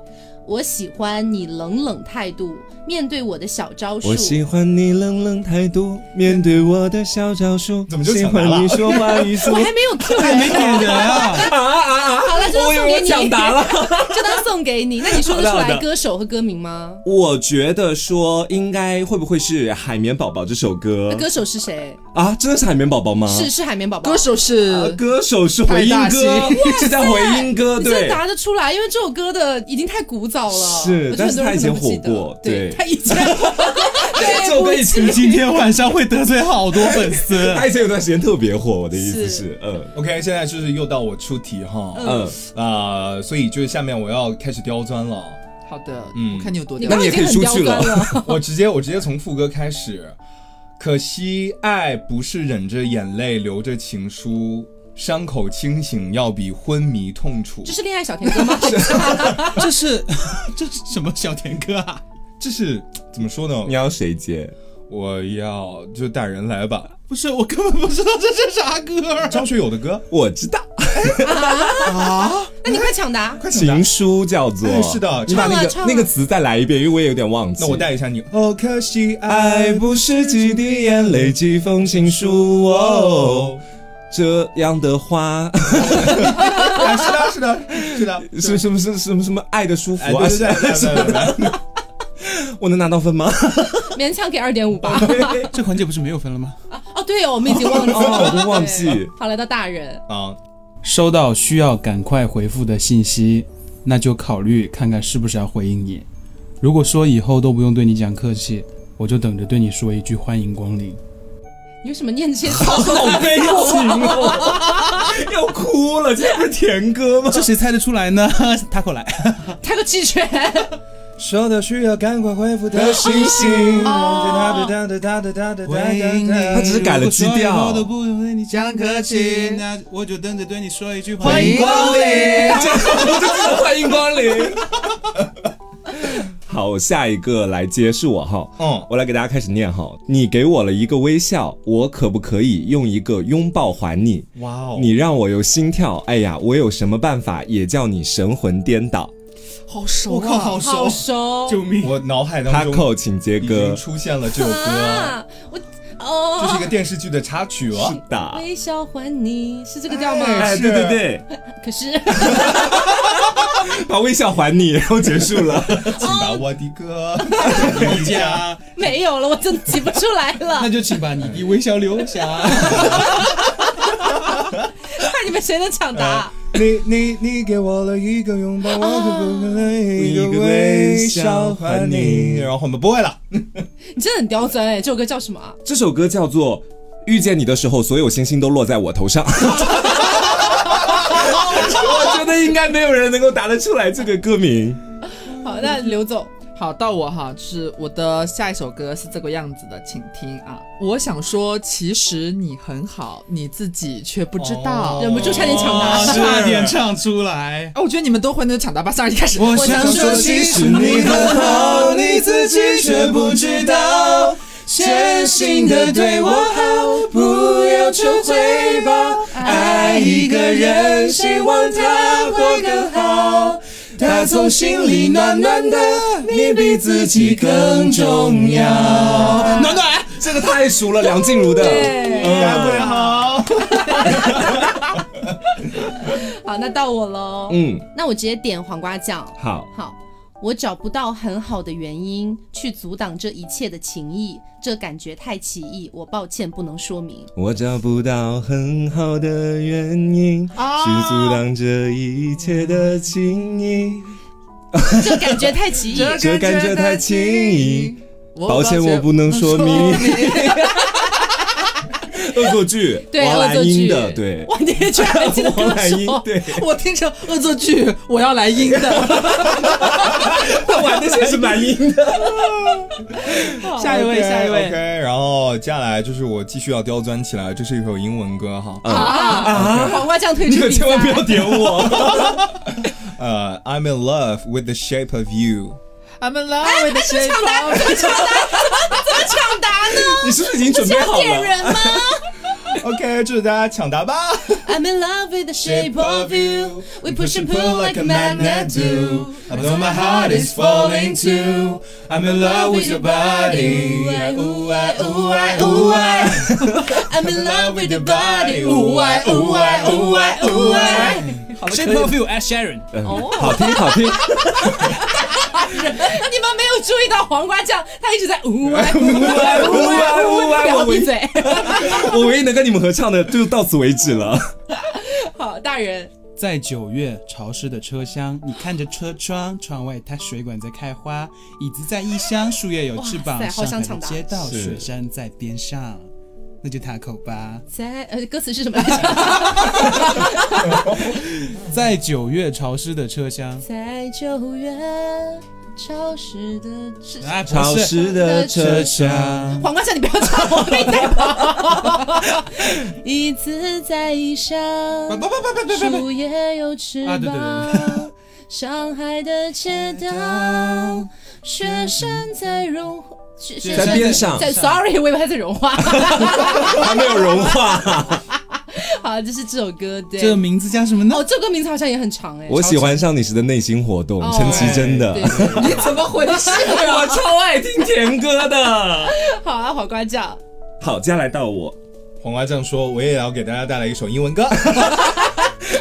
Speaker 1: 我喜欢你冷冷态度，面对我的小招数。
Speaker 2: 我喜欢你冷冷态度，面对我的小招数，
Speaker 4: 怎么就
Speaker 2: 喜
Speaker 4: 抢答了
Speaker 2: 欢你说话语速
Speaker 1: 我。还没有 Q
Speaker 5: 还
Speaker 1: 哎，
Speaker 5: 没点人啊！
Speaker 2: 啊啊啊！
Speaker 1: 好了，就当
Speaker 2: 我以
Speaker 1: 送给
Speaker 2: 为我
Speaker 1: 你。
Speaker 2: 抢答了。
Speaker 1: 就当送给你。那你说得出
Speaker 2: 好的好
Speaker 1: 来
Speaker 2: 的
Speaker 1: 歌手和歌名吗？
Speaker 2: 我觉得说应该会不会是《海绵宝宝》这首歌
Speaker 1: 那歌手是谁？
Speaker 2: 啊？真的是海绵宝宝吗？
Speaker 1: 是是海绵宝宝。
Speaker 3: 歌手
Speaker 2: 呃，
Speaker 3: 是
Speaker 2: 歌手是回音
Speaker 3: 派大
Speaker 2: 歌
Speaker 3: 星，
Speaker 2: 是在回音歌，
Speaker 1: 你真的
Speaker 2: 对，
Speaker 1: 答得出来，因为这首歌的已经太古早了。
Speaker 2: 是
Speaker 1: 我觉得
Speaker 2: 但是
Speaker 1: 很多人
Speaker 2: 他以前
Speaker 1: 可能不记得
Speaker 2: 火过
Speaker 1: 对，
Speaker 2: 对
Speaker 1: 他以 前
Speaker 2: 这首歌以前
Speaker 5: 你今天晚上会得罪好多 粉丝。
Speaker 4: 哎
Speaker 2: 他以前有段时间特别火，我的意思
Speaker 1: 是
Speaker 2: 是，嗯
Speaker 4: OK，现在就是又到我出题哈，
Speaker 2: 嗯，
Speaker 4: 啊，所以就是下面我要开始刁钻 了，
Speaker 3: 好的，
Speaker 4: 嗯
Speaker 3: 我看你有多
Speaker 1: 你
Speaker 3: 屌
Speaker 1: 刚。刚
Speaker 2: 也
Speaker 1: 已
Speaker 2: 可以
Speaker 1: 经很
Speaker 2: 出
Speaker 1: 刁
Speaker 2: 去了
Speaker 1: 钻了。
Speaker 4: 我直接我直接从副歌开始。可惜爱不是忍着眼泪留着情书，伤口清醒要比昏迷痛楚。
Speaker 1: 这是恋爱小甜歌吗？
Speaker 5: 这是这是什么小甜歌啊？
Speaker 4: 这是怎么说呢？
Speaker 2: 你要谁接？
Speaker 4: 我要就带人来吧，
Speaker 5: 不是，我根本不知道这是啥歌。啊
Speaker 4: 张学友的歌，
Speaker 2: 我知道，
Speaker 1: 那你快抢答。
Speaker 4: 快抢答
Speaker 2: 情书叫做
Speaker 4: 哎，是的
Speaker 2: 你把那
Speaker 1: 唱
Speaker 2: 个
Speaker 1: 啊
Speaker 2: 那个词再来一遍，因为我也有点忘记。
Speaker 4: 那我。带一下你。哦，可惜
Speaker 2: 爱
Speaker 4: 爱不
Speaker 2: 不是几滴眼泪，几封情书哦
Speaker 4: 哦。。
Speaker 2: 这样的话，
Speaker 4: 啊是的，是的，是 的，
Speaker 2: 什么什么什么什么什么爱的舒
Speaker 4: 哎，
Speaker 2: 服啊
Speaker 4: 对？对对对对对对，
Speaker 2: 我能拿到分 吗？
Speaker 1: 勉强给二点五吧。
Speaker 5: 这环节不是没有分了吗？
Speaker 1: 哦，对哦，我们已经忘记了，
Speaker 2: 哦我都忘记
Speaker 1: 对。好，来到大人，
Speaker 4: 啊，
Speaker 5: 收到需要赶快回复的信息，那就考虑看看是不是要回应你。如果说以后都不用对你讲客气，我就等着对你说一句欢迎光临。
Speaker 1: 你为什么念这些小说？
Speaker 2: 悲情哦， 要哭了，这不是甜歌吗？
Speaker 5: 哦这谁猜得出来呢？ 他口来，
Speaker 1: 开个弃权。
Speaker 4: 收到需要赶快回 复的
Speaker 2: 的星星，
Speaker 1: 哦
Speaker 2: 他只是改了基调
Speaker 5: 如果说以后都不用对你讲客气，那我就等着对你说一句欢
Speaker 2: 欢迎
Speaker 5: 迎。
Speaker 2: 光临，这我就只能欢迎光临。 好，我下一个来接是我哈。
Speaker 4: 嗯，
Speaker 2: 我来给大家开始念哈，你给我了一个微笑，我可不可以用一个拥抱还你？
Speaker 4: 哇哦，
Speaker 2: 你让我有心跳，哎呀，我有什么办法也叫你神魂颠倒。
Speaker 3: 好熟啊！
Speaker 4: 我靠，
Speaker 1: 好
Speaker 4: 好熟！
Speaker 1: 熟，
Speaker 5: 救命！
Speaker 4: 我脑海当中
Speaker 2: Taco，请接
Speaker 4: 已经
Speaker 2: 歌。
Speaker 4: 出现了这首歌，
Speaker 1: 啊，我
Speaker 4: 这是一
Speaker 1: 哦，
Speaker 4: 个电视剧的插曲哦
Speaker 2: 是
Speaker 4: 了。
Speaker 2: 的，
Speaker 1: 微笑还你是这个调吗？
Speaker 4: 哎
Speaker 2: 哎哎，对对对，
Speaker 1: 可是
Speaker 2: 把微笑还你，然后结束了。
Speaker 4: 请把我的 歌留下，
Speaker 1: 没有了，我真的挤不出来了
Speaker 5: 那。就请把你
Speaker 4: 你微笑留下。
Speaker 1: 快，你们谁能抢
Speaker 2: 呃
Speaker 1: 答？
Speaker 4: 你你你给我了一个拥抱，我可不可以
Speaker 2: 一个微笑还你
Speaker 4: 然后我们不会了，
Speaker 1: 你真的很刁钻哎！这首歌叫什么啊？
Speaker 2: 这首歌叫做《遇见你的时候，所有星星都落在我头上》。 我觉得应该没有人能够答得出来这个歌名。
Speaker 1: 好，那
Speaker 2: 嗯
Speaker 1: 刘总，
Speaker 3: 好，到我哈，就是我的下一首歌是这个样子的，请听啊。我想说，其实你很好，你自己却不知道。
Speaker 1: 忍不住差点抢答
Speaker 4: 哦 是
Speaker 5: 差点唱出来。
Speaker 3: 啊，我觉得你们都会那就抢答吧。三二一，开始。
Speaker 5: 我
Speaker 1: 想
Speaker 5: 想
Speaker 1: 说
Speaker 5: 说，
Speaker 1: 其
Speaker 5: 其
Speaker 1: 实
Speaker 5: 实
Speaker 4: 你
Speaker 5: 你
Speaker 4: 很
Speaker 5: 很
Speaker 4: 好
Speaker 5: 好，
Speaker 4: 你
Speaker 5: 你
Speaker 4: 自己
Speaker 5: 自己
Speaker 4: 却
Speaker 5: 却
Speaker 4: 不
Speaker 5: 不
Speaker 4: 知
Speaker 5: 知
Speaker 4: 道
Speaker 5: 道，
Speaker 4: 真心
Speaker 5: 真心
Speaker 4: 地对
Speaker 5: 的对
Speaker 4: 我
Speaker 5: 我
Speaker 4: 好
Speaker 5: 好，
Speaker 4: 不
Speaker 5: 不
Speaker 4: 要
Speaker 5: 要
Speaker 4: 求
Speaker 5: 求
Speaker 4: 回
Speaker 5: 回
Speaker 4: 报
Speaker 5: 报。
Speaker 4: 爱
Speaker 5: 爱
Speaker 4: 一
Speaker 5: 一
Speaker 4: 个
Speaker 5: 个
Speaker 4: 人
Speaker 5: 人，
Speaker 4: 希
Speaker 5: 希
Speaker 4: 望
Speaker 5: 望
Speaker 4: 他
Speaker 5: 他
Speaker 4: 会
Speaker 5: 会
Speaker 4: 更
Speaker 5: 更
Speaker 4: 好
Speaker 5: 好。
Speaker 4: 他
Speaker 5: 他
Speaker 4: 从
Speaker 5: 从
Speaker 4: 心
Speaker 5: 心
Speaker 4: 里
Speaker 5: 里
Speaker 4: 暖
Speaker 5: 暖
Speaker 4: 暖
Speaker 5: 暖
Speaker 4: 的
Speaker 5: 的，
Speaker 4: 你
Speaker 5: 你
Speaker 4: 比
Speaker 5: 比
Speaker 4: 自
Speaker 5: 自
Speaker 4: 己
Speaker 5: 己
Speaker 4: 更
Speaker 5: 更
Speaker 4: 重
Speaker 5: 重
Speaker 4: 要
Speaker 5: 要。
Speaker 4: 暖暖，
Speaker 2: 这个太熟了，梁静茹的。嗯
Speaker 1: 对，
Speaker 4: 该不会好？
Speaker 1: 好，那到我喽。
Speaker 2: 嗯，
Speaker 1: 那我直接点黄瓜酱。
Speaker 2: 好，
Speaker 1: 好，我找不到很好的原因去阻挡这一切的情谊，这感觉太奇异，我抱歉不能说 明。
Speaker 2: 我找不到很好的原因去
Speaker 3: 啊
Speaker 2: 阻挡这一切的情谊，
Speaker 1: 这感觉太奇异，
Speaker 2: 这感觉太轻易。
Speaker 3: 我
Speaker 2: 抱歉，我不能说明。恶作剧，
Speaker 1: 对
Speaker 2: 王
Speaker 1: 恶作
Speaker 2: 蓝
Speaker 1: 剧
Speaker 2: 英的，对，
Speaker 1: 哇， 你居然还记得
Speaker 2: 王
Speaker 1: 歌
Speaker 2: 蓝英
Speaker 1: 手，？
Speaker 2: 对，
Speaker 3: 我听成恶作剧，我要来阴 的。
Speaker 2: 他玩的是蓝英的。
Speaker 3: 下一位，下一
Speaker 4: OK，
Speaker 3: 位。
Speaker 4: 然后接下来就是我继续要刁钻起来，这是一首英文歌哈。
Speaker 1: 啊！黄瓜酱退
Speaker 2: 你
Speaker 1: 出
Speaker 2: 可
Speaker 1: 比
Speaker 2: 千万不要
Speaker 1: 赛，
Speaker 2: 点我。
Speaker 4: 呃，I'm in love with the shape of you。
Speaker 3: I'm in love with the shape of
Speaker 1: 抢答呢？
Speaker 2: 你是不是已经准备好
Speaker 1: 点
Speaker 2: 了？
Speaker 1: 人吗
Speaker 4: OK，祝大家抢答吧。
Speaker 1: ？I'm in love with the shape of you. We push and pull like a magnet do.
Speaker 4: Although my heart is falling too. I'm in love with your body. Ooh, I, ooh, I, ooh, I.
Speaker 1: I'm in love with your body. 呜哎呜哎呜哎呜哎。
Speaker 5: Shape of You, Ed Sheeran。
Speaker 2: 嗯
Speaker 1: 哦
Speaker 2: 好听，好 听。
Speaker 1: 你们没有注意到黄瓜酱，他一直在呜哎呜哎呜哎呜哎，我闭嘴。
Speaker 2: 我唯一能跟你们合唱的，就到此为止了。
Speaker 1: 好，大人，
Speaker 5: 在九月潮湿的车厢，你看着车窗，窗外它水管在开花，椅子在异乡，树叶有翅膀
Speaker 1: 哇，塞好
Speaker 5: 上
Speaker 1: 想抢
Speaker 5: 海的
Speaker 1: 答
Speaker 5: 街道，
Speaker 2: 是
Speaker 5: 雪山在边上。那就塔口吧。
Speaker 1: 在呃，歌词是 什么来着？
Speaker 5: 在九月潮湿的车厢，
Speaker 1: 在九月潮湿的是
Speaker 5: 啊，不
Speaker 2: 潮
Speaker 5: 是
Speaker 2: 湿的车厢，
Speaker 1: 黄瓜酱，你不要唱，我没带跑。一次在异乡，树叶有翅
Speaker 5: 啊对对
Speaker 1: 膀。上海的街道，雪山在融化，雪雪山
Speaker 2: 在边上
Speaker 1: 在 Sorry，我以为它在融化。
Speaker 2: 还没有 融化。
Speaker 1: 好，就是这首歌，对。
Speaker 5: 这名字叫什么呢？
Speaker 1: 哦，这首歌名字好像也很长哎。
Speaker 2: 我喜欢上你时的内心活动，
Speaker 1: 哦
Speaker 2: 陈绮贞的哎
Speaker 1: 对。对对
Speaker 3: 你怎么回事？
Speaker 2: 我超爱听甜歌的。
Speaker 1: 好啊，黄瓜酱，
Speaker 2: 好，接下来到我。
Speaker 4: 黄瓜酱说，我也要给大家带来一首英文歌。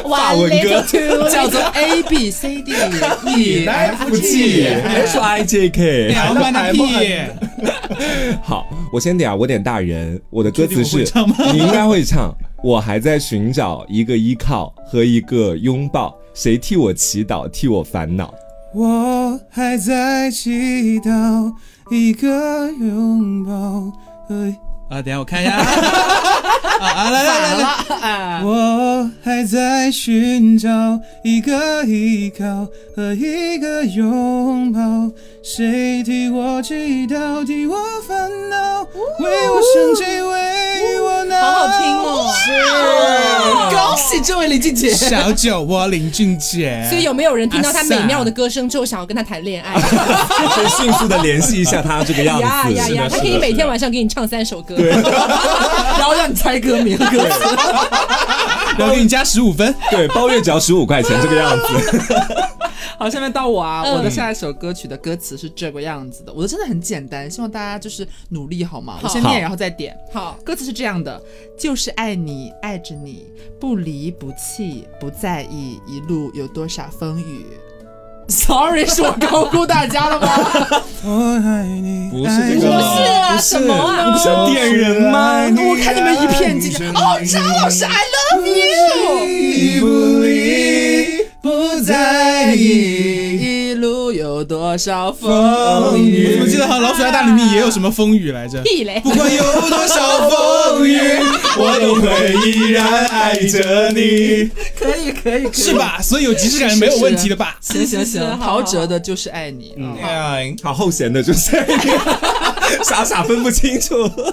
Speaker 1: 法
Speaker 2: 文歌
Speaker 3: 叫做 A B C D E F
Speaker 2: 哎
Speaker 3: G。
Speaker 2: H I J K。
Speaker 5: 哎老板的屁！
Speaker 2: 好，我先点啊，我点大人。我的歌词是
Speaker 5: 确定我会唱，
Speaker 2: 你应该会唱。我还在寻找一个依靠和一个拥抱，谁替我祈祷，替我烦恼。
Speaker 5: 我还在祈祷一个拥抱。哎，啊，等一下我看 一下。啊啊，来来来来，
Speaker 3: 啊，
Speaker 5: 我还在寻找一个依靠和一个拥抱，谁替我祈祷，替我烦恼，为我生气，为
Speaker 1: 好好听哦。
Speaker 3: 恭喜这位李俊杰，
Speaker 5: 小酒窝林俊杰，
Speaker 1: 所以有没有人听到他美妙的歌声之后想要跟他谈恋爱？
Speaker 2: 先迅速的联系一下他这个 样
Speaker 1: 呀
Speaker 2: 子，
Speaker 1: 呀
Speaker 2: 啊是
Speaker 1: 呀！
Speaker 2: 的，
Speaker 1: 他
Speaker 2: 是
Speaker 1: 可以
Speaker 2: 的，
Speaker 1: 每天晚上给你唱三首歌。
Speaker 3: 然后让你猜歌名和歌词。
Speaker 5: 然后给你加十五分。
Speaker 2: 对，包月只要十五块钱这个样子，
Speaker 3: 好，下面到我啊，
Speaker 1: 嗯
Speaker 3: 我的下一首歌曲的歌词是这个样子的，我的真的很简单，希望大家就是努力好吗？我先
Speaker 2: 好
Speaker 3: 念然后再点。
Speaker 1: 好，
Speaker 3: 歌词是这样的：就是爱你，爱着你，不离不弃，不在意一路有多少风雨。Sorry，是 我高估大家了吗？
Speaker 5: 我爱你，
Speaker 2: 不是这个
Speaker 1: 不
Speaker 2: 吗
Speaker 1: 是啊，什么
Speaker 2: 你不
Speaker 1: 啊？
Speaker 2: 是要电人吗？
Speaker 3: 我看你们一片寂 静。哦，张老师，I love you。
Speaker 2: 不离
Speaker 3: 不 在意一路有多少风
Speaker 5: 我
Speaker 3: 雨。
Speaker 5: 怎么记得好像《老鼠爱大里面也有什么风雨来着？
Speaker 1: 屁嘞！
Speaker 2: 不管有多少风 雨，我都会依然爱着你。
Speaker 3: 可以可以可以
Speaker 5: 是？吧？所以有即视感是没有问题的吧？
Speaker 3: 行行
Speaker 1: 是是
Speaker 3: 行，
Speaker 1: 好
Speaker 3: 陶喆的就是爱你。嗯
Speaker 5: 哎呀，
Speaker 2: 好后弦的，就是傻傻分不清楚。啊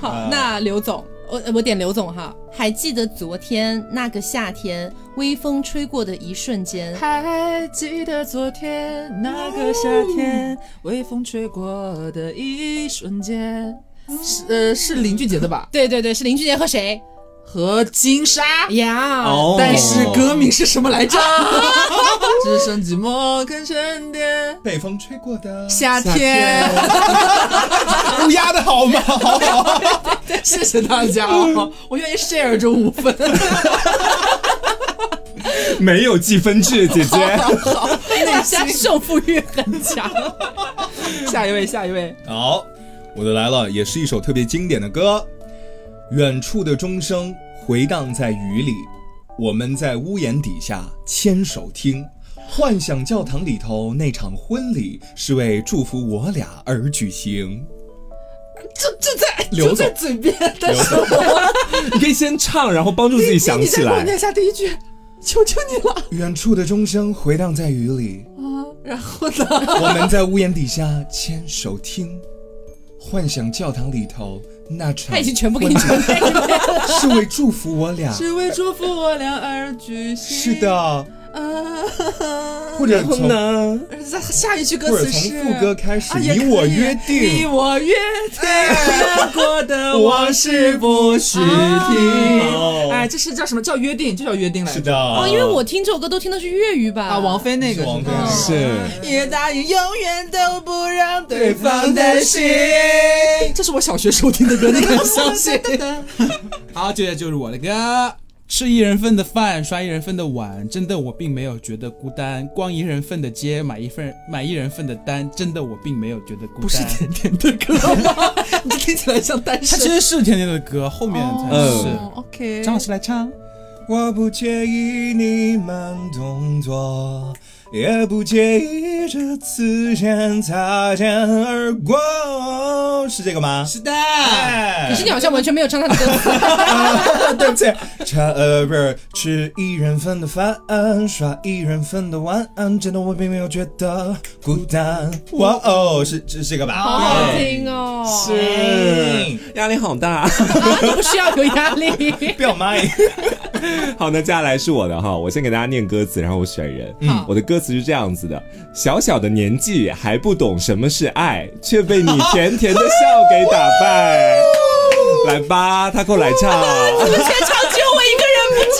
Speaker 1: 好，那刘总，我我点刘总哈。还记得昨天那个夏天，微风吹过的一瞬间，
Speaker 3: 还记得昨天那个夏天，微风吹过的一瞬间，是呃是林俊杰的吧？
Speaker 1: 对对对，是林俊杰和谁
Speaker 3: 和金莎。
Speaker 1: 呀？
Speaker 2: 哦
Speaker 3: 但是歌名是什么来着？ 只剩寂寞跟沉淀。
Speaker 4: 北风吹过的
Speaker 3: 夏天，
Speaker 4: 啊
Speaker 5: 乌鸦的好吗？
Speaker 3: 谢谢大家啊， 我愿意 share 这五分。
Speaker 2: 没有计分制，姐姐。
Speaker 1: 大家胜负欲很 强。
Speaker 3: 下一位，下一位，
Speaker 4: 好，我的来了，也是一首特别经典的歌。远处的钟声回荡在雨里，我们在屋檐底下牵手听，幻想教堂里头那场婚礼是为祝福我俩而举行。
Speaker 3: 这这在
Speaker 4: 刘
Speaker 3: 就在
Speaker 4: 总
Speaker 3: 嘴边，但是
Speaker 2: 你可以先唱，然后帮助自己想
Speaker 3: 你
Speaker 2: 起
Speaker 3: 再给我
Speaker 2: 来。
Speaker 3: 念下第一句，求求你了
Speaker 4: 远处的钟声回荡在雨里，
Speaker 3: 啊！
Speaker 1: 哦
Speaker 3: 然后呢？
Speaker 4: 我们在屋檐底下牵手听，幻想教堂里头那场
Speaker 1: 他已经全部给你准备了。
Speaker 4: 是为祝福 我俩。
Speaker 3: 只为祝福我俩而举
Speaker 4: 是
Speaker 3: 行。
Speaker 4: 的，
Speaker 3: 啊，
Speaker 4: 或者从
Speaker 2: 呢？
Speaker 3: 再下一句歌
Speaker 4: 或者
Speaker 3: 词
Speaker 4: 从
Speaker 3: 是
Speaker 4: 副歌开始，
Speaker 3: 啊也可以
Speaker 4: 你我约定哎
Speaker 3: 你。我约定，过的往事不许听。
Speaker 2: 哦
Speaker 3: 哎，这是叫什么叫约定？这叫约定来着。
Speaker 4: 是的，
Speaker 1: 哦，因为我听这首歌都听的是粤语版
Speaker 3: 啊，王菲那个
Speaker 4: 是王菲
Speaker 3: 吧
Speaker 4: 那
Speaker 2: 是
Speaker 1: 哦
Speaker 3: 也答应永远都不让对
Speaker 4: 对
Speaker 3: 方
Speaker 4: 方
Speaker 3: 担
Speaker 4: 担
Speaker 3: 心
Speaker 4: 心。
Speaker 3: 这是我小学时候听的歌，你敢相信？
Speaker 5: 好，接下来就是我的歌。吃一人份的饭，刷一人份的碗，真的我并没有觉得孤单。逛一人份的街，买一份买一人份的单，真的我并没有觉得孤单。
Speaker 3: 不是甜甜的歌吗？你这听起来像单
Speaker 5: 它
Speaker 3: 身。
Speaker 5: 其实是甜甜的歌，后面才
Speaker 2: 嗯
Speaker 5: 是。
Speaker 3: 哦 OK，
Speaker 5: 张老师来唱，
Speaker 4: 我不介意你慢动作，也不介意这次先擦肩而过，是这个吗？
Speaker 5: 是的。
Speaker 4: 哎
Speaker 1: 可是你好像完全没有唱他的歌词。
Speaker 4: 对不起，差呃不是吃一人份的饭，刷一人份的晚安，真的我并没有觉得孤单。哇哦，是是这个吧？
Speaker 1: 好好听哦，
Speaker 4: 嗯，
Speaker 2: 压力好大。
Speaker 1: 啊，都不需要有压力。
Speaker 4: 不要麦。
Speaker 2: 好，那接下来是我的哈，我先给大家念歌词，然后我选人。
Speaker 4: 嗯
Speaker 1: 好
Speaker 2: 我的歌词是这样子的：小小的年纪还不懂什么是爱，却被你甜甜的笑给打败。来吧，Taco 来
Speaker 1: 全
Speaker 2: 唱，
Speaker 1: 场只有我一个人不知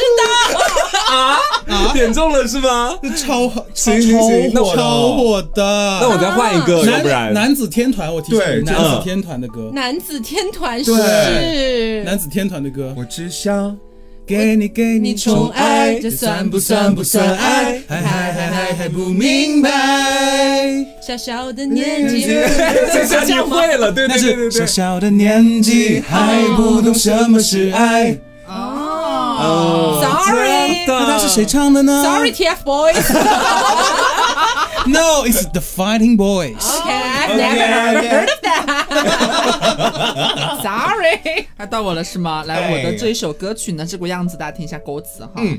Speaker 1: 道。
Speaker 2: 点中了是吗？
Speaker 5: 超超
Speaker 2: 行行行那我
Speaker 5: 超火的。
Speaker 2: 那我再换一个，
Speaker 4: 啊
Speaker 2: 要不
Speaker 5: 男
Speaker 2: 然
Speaker 5: 男子天团，我提醒
Speaker 4: 对
Speaker 5: 你，男子天团的歌，
Speaker 1: 男子天团
Speaker 4: 对
Speaker 1: 是
Speaker 5: 男子天团的歌。
Speaker 4: 我只想
Speaker 5: 给你给
Speaker 1: 你宠爱，这算不算不算爱？还还还还还不明白。小小的年纪，
Speaker 2: 这下你会了，对
Speaker 5: 那
Speaker 2: 对对对
Speaker 5: 是小
Speaker 2: 对。
Speaker 5: 小的年纪还不懂什么是爱。
Speaker 1: 哦，Sorry，Sorry
Speaker 5: 那他是谁唱的呢
Speaker 1: TF Boys，OK，I've
Speaker 5: No, it's the Fighting Boys。
Speaker 4: 哎
Speaker 1: never heard of that。
Speaker 3: Sorry，那到我了是吗？来，
Speaker 2: 哎
Speaker 3: 我
Speaker 2: 呀
Speaker 3: 的这一首歌曲呢，这个样子，大家听一下歌词哈。
Speaker 2: 嗯，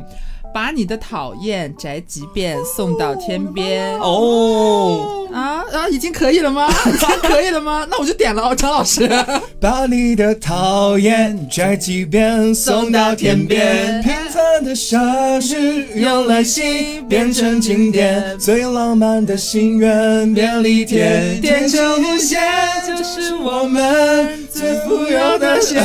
Speaker 3: 把你的讨厌宅急便送到天边。
Speaker 2: 哦，
Speaker 3: 啊啊，已经可以了吗？ 已经可以了吗？ 那我就点了哦，张老师。
Speaker 4: 把你的讨厌拽几遍送到天边，平凡的傻事用来心变成经典，最浪漫的心愿便利贴，天真无邪就是我们最富有的鲜。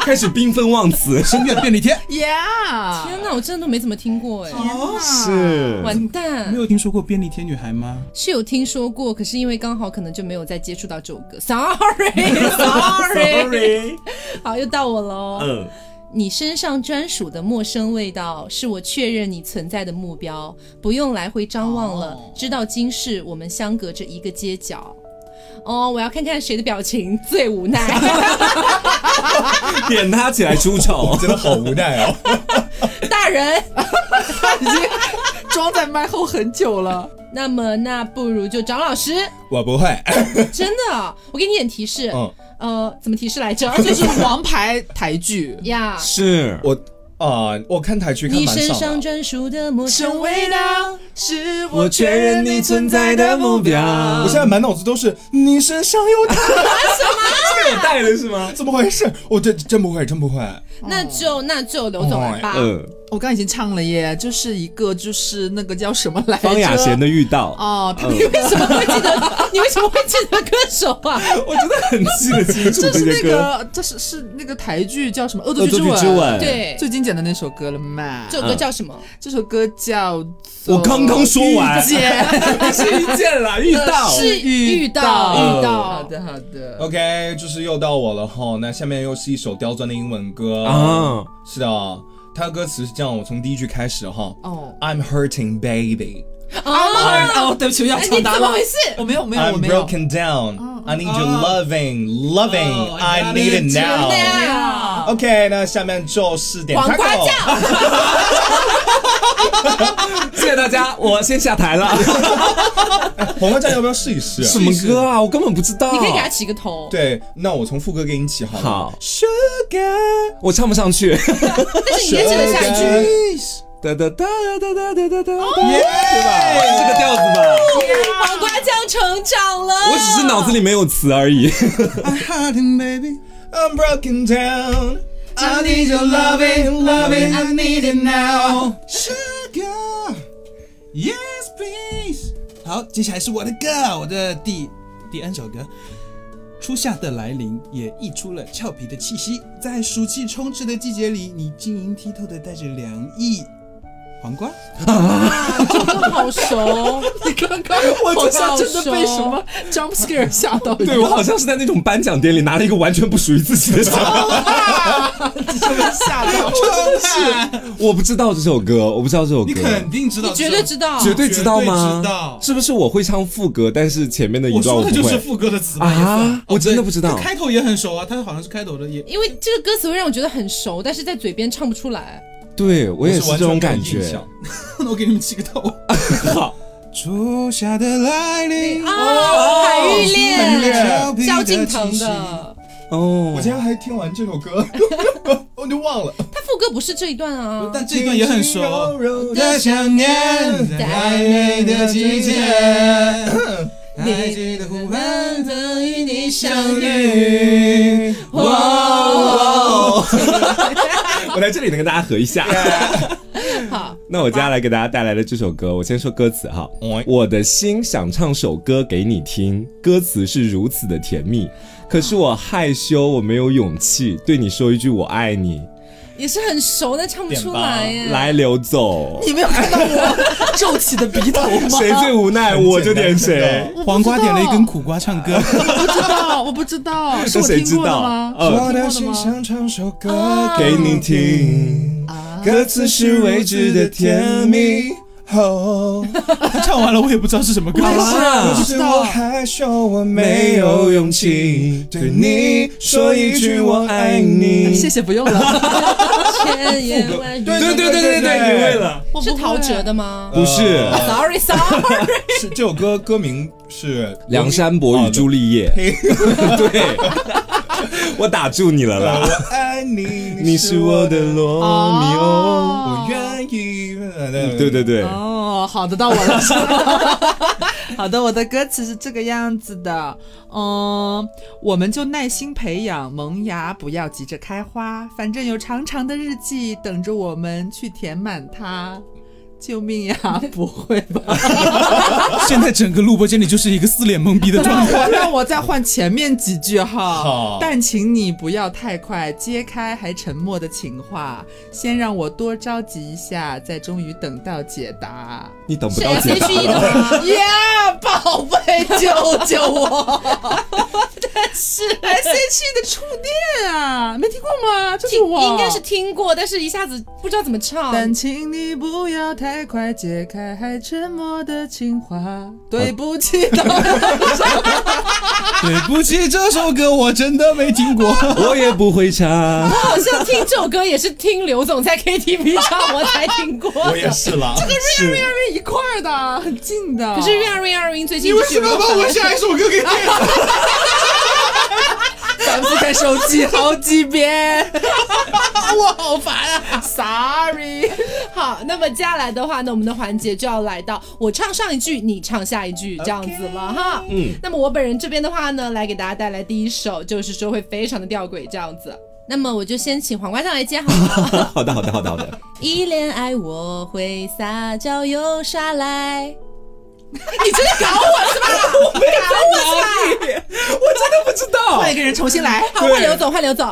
Speaker 2: 开始缤纷忘词，
Speaker 5: 心愿便利贴
Speaker 3: Yeah，
Speaker 1: 天哪，我真的都没怎么听过哎，
Speaker 4: 哦
Speaker 3: 哪，
Speaker 2: 是
Speaker 1: 完
Speaker 5: 没
Speaker 1: 蛋，
Speaker 5: 有听说过便利贴女孩吗？
Speaker 1: 是有听说过，可是因为刚好可能就没有再接触到这首歌，sorry，sorry，好，又到我喽，
Speaker 2: 嗯，
Speaker 1: 你身上专属的陌生味道，是我确认你存在的目标，不用来回张望了。知道今世我们相隔着一个街角。哦，我要看看谁的表情最无 奈。
Speaker 2: 点他起来出丑，
Speaker 4: 真的好无奈哦。
Speaker 1: 大人，
Speaker 3: 已经装在麦后很久了。
Speaker 1: 那么那不如就找老 师，
Speaker 4: 我不会，
Speaker 1: 真的，我给你点提示。
Speaker 4: 嗯
Speaker 1: 呃，怎么提示来 着？。
Speaker 3: 这是王牌台剧
Speaker 1: 呀，
Speaker 2: 是
Speaker 4: 我啊、我看台 区看
Speaker 1: 你
Speaker 4: 蛮
Speaker 1: 身
Speaker 4: 少
Speaker 1: 上
Speaker 4: 的。
Speaker 1: 专属的陌生
Speaker 3: 身
Speaker 1: 味
Speaker 3: 味
Speaker 1: 道。哦
Speaker 3: 道是
Speaker 4: 我
Speaker 3: 我
Speaker 4: 确
Speaker 3: 确
Speaker 4: 认
Speaker 3: 认
Speaker 4: 你
Speaker 3: 你存
Speaker 4: 存在
Speaker 3: 在
Speaker 4: 的
Speaker 3: 的
Speaker 4: 目
Speaker 3: 目
Speaker 4: 标
Speaker 3: 标。
Speaker 4: 我现在满脑子都是你身上有他，
Speaker 2: 这带了是 吗？
Speaker 4: 怎么回事？我真真不会，真不会。
Speaker 1: 那就那就刘总来吧。
Speaker 2: 嗯，
Speaker 3: 我刚刚已经唱了耶，就是一个就是那个叫什么来着？
Speaker 2: 方雅贤的遇到，
Speaker 3: 哦，
Speaker 2: 嗯
Speaker 1: 你 为什么会记得？你为什么会记得歌手啊？
Speaker 2: 我真的很记得清楚
Speaker 3: 这是
Speaker 2: 些
Speaker 3: 那
Speaker 2: 歌，
Speaker 3: 个，这是是那个台剧叫什么《
Speaker 2: 《
Speaker 3: 恶
Speaker 2: 恶
Speaker 3: 作
Speaker 2: 作
Speaker 3: 剧
Speaker 2: 剧之
Speaker 3: 吻》
Speaker 2: 吻》，
Speaker 1: 对，
Speaker 3: 最经典的那首歌了嘛？
Speaker 1: 这首歌叫什么？
Speaker 3: 这首歌叫做
Speaker 2: 我刚刚说完
Speaker 3: 遇见
Speaker 2: 不是遇见了， 遇到
Speaker 1: 是遇到
Speaker 3: 嗯
Speaker 1: 遇到。
Speaker 3: 好的好的，
Speaker 4: OK，就是又到我了哈。那下面又是一首刁钻的英文歌
Speaker 2: 啊，
Speaker 4: 是的，它的歌词是这样，我从第一句开始哈。
Speaker 3: 哦
Speaker 4: I'm hurting, baby.
Speaker 1: 啊，
Speaker 3: 哦，对不起，我要
Speaker 1: 哎
Speaker 3: 抢
Speaker 1: 你
Speaker 3: 答
Speaker 1: 怎
Speaker 3: 了
Speaker 1: 么回事？
Speaker 3: 我没有没有我
Speaker 4: I'm
Speaker 3: 没有。
Speaker 4: broken down. I need your
Speaker 5: 哦
Speaker 4: loving, loving.
Speaker 2: Oh,
Speaker 5: 哦，I
Speaker 4: I
Speaker 5: got
Speaker 4: need it
Speaker 5: it
Speaker 4: now.
Speaker 1: 对啊
Speaker 4: OK，那下面就是点啊
Speaker 1: 黄瓜
Speaker 4: taco
Speaker 1: 酱，哎
Speaker 2: 谢谢大家，我先下台了。
Speaker 4: 黄瓜酱要不要试一 试？
Speaker 2: 什么歌啊？我根本不知道。
Speaker 1: 你可以给他起个头。
Speaker 4: 对，那我从副歌给你起好了。
Speaker 2: 好
Speaker 4: ，Sugar，
Speaker 2: 我唱不上去。
Speaker 1: 但是你也只能下一句。
Speaker 2: 哒哒哒哒哒哒哒哒，
Speaker 1: 哦
Speaker 2: 对吧？是这个调子吧？
Speaker 1: 黄瓜酱成长了。
Speaker 2: 我只是脑子里没有词而已。
Speaker 5: I'm hurting baby，
Speaker 4: I'm broken down. I need your loving, loving. I need it now.
Speaker 5: Sugar, yes please。好，接下来是我的歌，我的第第 N 首歌。初夏的来临也溢出了俏皮的气息，在暑气充斥的季节里，你晶莹剔透的带着凉意。黄瓜，
Speaker 1: 这个好熟，
Speaker 3: 你刚刚
Speaker 2: 我
Speaker 3: 好
Speaker 2: 就
Speaker 3: 像
Speaker 1: 想
Speaker 3: 真的被什么 jump scare 吓到一
Speaker 2: 对我
Speaker 3: 样，
Speaker 2: 好像是在那种颁奖典礼拿了一个完全不属于自己的奖，
Speaker 3: 真的吓到。
Speaker 2: 我不知道这首歌，我不知道这首
Speaker 5: 你
Speaker 2: 歌，
Speaker 5: 肯定知道，
Speaker 1: 你绝对知道。
Speaker 2: 绝对知道吗？
Speaker 5: 绝对知道
Speaker 2: 是不是我会唱副歌，但是前面的一
Speaker 5: 我
Speaker 2: 段
Speaker 5: 说的
Speaker 2: 不
Speaker 5: 就是
Speaker 2: 会？
Speaker 5: 副歌的词嘛
Speaker 2: 啊
Speaker 5: 也算哦
Speaker 2: 我真的
Speaker 5: 对
Speaker 2: 不知道
Speaker 5: 它开头也很熟啊，它好像是开头的也。
Speaker 1: 因为这个歌词会让我觉得很熟，但是在嘴边唱不出来。
Speaker 2: 对我也是这种感
Speaker 4: 我是完
Speaker 2: 觉
Speaker 4: 全没有印象。
Speaker 5: 那我给你们起个头。
Speaker 2: 好，
Speaker 5: 初夏的来临，
Speaker 1: 啊，海芋
Speaker 4: 海芋恋
Speaker 1: 恋，
Speaker 5: 俏皮
Speaker 1: 萧
Speaker 5: 的
Speaker 1: 敬腾
Speaker 5: 气息
Speaker 1: 的，
Speaker 2: 哦
Speaker 4: 我，今天还听完这首歌， 我就忘了。
Speaker 1: 他副歌不是这一段啊。
Speaker 5: 但这一段也很熟。啊
Speaker 4: 柔柔
Speaker 5: 的想念，在暧昧的季节，还记得湖畔曾与你相遇。
Speaker 1: 哇，
Speaker 2: 我在这里能跟大家合一下。
Speaker 1: 好，
Speaker 2: 那我接下来给大家带来的这首歌，我先说歌词哈。
Speaker 4: 哎
Speaker 2: 我的心想唱首歌给你听，歌词是如此的甜蜜，可是我害羞，我没有勇气对你说一句我爱你。
Speaker 1: 也是很熟，但唱不出来耶。
Speaker 2: 来，刘总，
Speaker 3: 你没有看到我 皱起的鼻头吗？
Speaker 2: 谁最无奈
Speaker 4: 很
Speaker 2: 我
Speaker 4: 简
Speaker 2: 就
Speaker 4: 单
Speaker 2: 点
Speaker 4: 真的
Speaker 2: 谁。
Speaker 5: 黄瓜点了一根苦瓜唱歌，
Speaker 3: 我不知道，我不 知道，是
Speaker 2: 那
Speaker 3: 我
Speaker 2: 谁知
Speaker 3: 听过的
Speaker 2: 道
Speaker 3: 吗？？
Speaker 2: 呃，
Speaker 4: 我的心想唱首歌
Speaker 1: 啊
Speaker 3: 啊
Speaker 4: 给你听，歌词是未知的甜蜜，候，
Speaker 5: 他唱完了，我也不知道是啊什么歌
Speaker 3: 我也
Speaker 5: 了。
Speaker 3: 是
Speaker 4: 可
Speaker 3: 不
Speaker 4: 是
Speaker 3: 知
Speaker 4: 我
Speaker 3: 道
Speaker 4: 害羞，我没有勇气对你说一句我爱你。
Speaker 3: 谢谢，不用了。
Speaker 1: 千言万语。
Speaker 4: 对
Speaker 2: 对对对对对，
Speaker 4: 对
Speaker 2: 你会了，
Speaker 3: 我
Speaker 1: 是
Speaker 3: 不会
Speaker 1: 陶喆的吗
Speaker 2: 不是
Speaker 4: 呃
Speaker 1: ？Sorry Sorry，
Speaker 4: 是这首歌歌名是
Speaker 2: 梁山伯与朱丽叶。对，我打住你了
Speaker 4: 我
Speaker 2: 啦。
Speaker 4: 爱你，
Speaker 2: 你是我的罗密欧。
Speaker 4: 我愿意。
Speaker 2: 嗯对对对，
Speaker 3: 哦，好的，到我了。 是吧好的，我的歌词是这个样子的，嗯，我们就耐心培养萌芽，不要急着开花，反正有长长的日记等着我们去填满它。救命呀！不会 吧？
Speaker 5: 现在整个录播间里就是一个四脸懵逼的状
Speaker 3: 让
Speaker 5: 态。
Speaker 3: 我让我再换前面几句哈
Speaker 4: 好。
Speaker 3: 但请你不要太快揭开还沉默的情话，先让我多着急一下，再终于等到解答。
Speaker 2: 你等不
Speaker 1: 是
Speaker 2: 到解
Speaker 1: S H
Speaker 2: 答
Speaker 1: E 的 吗？
Speaker 3: 呀，宝贝，救救我！ 但是 S H E 的触电啊，没听过吗？就是
Speaker 1: 听
Speaker 3: 我，
Speaker 1: 应该是。听过，但是一下子不知道怎么唱。
Speaker 3: 但请你不要太快解开还沉默的情话，对不起，
Speaker 5: 对不起，这首歌我真的没听过。
Speaker 2: 我也不会唱。
Speaker 1: 我好像听这首歌也是听刘总在 K T V 唱，我才听过。
Speaker 4: 我也哎是啦。这个是
Speaker 3: 因为一块儿的，很近的。
Speaker 1: 可是 Rain Rain Rain 最近
Speaker 4: 你为什
Speaker 1: 不
Speaker 4: 么要
Speaker 1: 是
Speaker 4: 把
Speaker 1: 有
Speaker 4: 我
Speaker 1: 个
Speaker 4: 下一首歌给念了？
Speaker 3: 反复看手机好几遍， 我好烦啊！Sorry，
Speaker 1: 好，那么接下来的话呢，我们的环节就要来到我唱上一句，你唱下一句这样子了哈。嗯，那么我本人这边的话呢，来给大家带来第一首，就是说会非常的吊诡这样子。那么我就先请黄瓜酱来接好吗？
Speaker 2: 好的好的好的好的，
Speaker 1: 依恋爱我会撒娇又耍赖， 你真的搞我是吧？我没搞我是吧？
Speaker 3: 换一个人重新来。
Speaker 1: 好，换刘总，换刘总。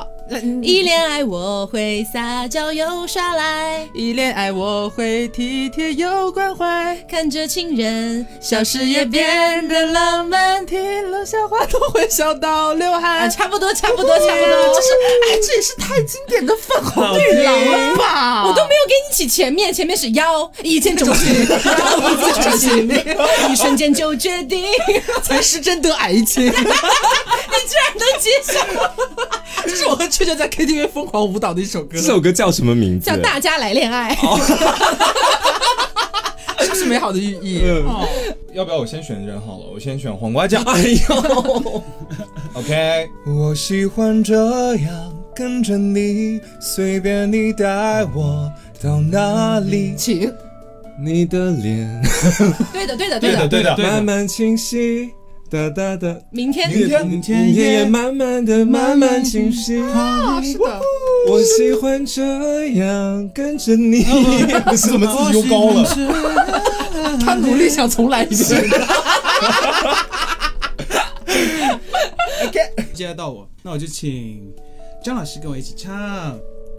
Speaker 1: 依嗯恋爱我会撒娇又耍赖，
Speaker 3: 依恋爱我会体贴又关怀，
Speaker 1: 看着情人
Speaker 3: 小事也变得浪漫，听了笑话都会笑到流
Speaker 1: 啊，
Speaker 3: 汗。
Speaker 1: 差不多，差不多，差不
Speaker 3: 对啊
Speaker 1: 多，
Speaker 3: 这是哎，这也是太经典的粉红
Speaker 2: 好
Speaker 3: 女
Speaker 2: 听
Speaker 3: 郎了吧？
Speaker 1: 我都没有给你起前面，前面是腰 一见钟情，腰一见钟情，一瞬间就决定，你
Speaker 3: 才是真得癌 情。
Speaker 1: 居然能接受，
Speaker 3: 这是我和雀雀在 KTV 疯狂舞蹈的一首歌
Speaker 2: 这，首歌叫什么名字？
Speaker 1: 叫大家来恋爱。
Speaker 3: 这是美好的寓意。
Speaker 2: 嗯
Speaker 3: 哦
Speaker 4: 要不要我先选人好了？我先选黄瓜酱。
Speaker 2: 哎呦，
Speaker 4: OK，我喜欢这样跟着你，随便你带我到哪里。
Speaker 3: 请
Speaker 2: 你的脸
Speaker 1: 对的，对的，
Speaker 4: 对的，
Speaker 1: 的。
Speaker 4: 对的，
Speaker 5: 对的
Speaker 2: 慢慢清晰，哒哒哒。
Speaker 1: 明天
Speaker 4: 明天
Speaker 5: 明天
Speaker 2: 也
Speaker 5: 也
Speaker 2: 慢慢的慢慢清晰。
Speaker 3: 啊，是的，
Speaker 2: 我喜欢这样跟着你。
Speaker 4: 你怎么自己又高了？
Speaker 3: 他努力想重来一遍。
Speaker 5: 接得到我，那我就请张老师跟我一起唱。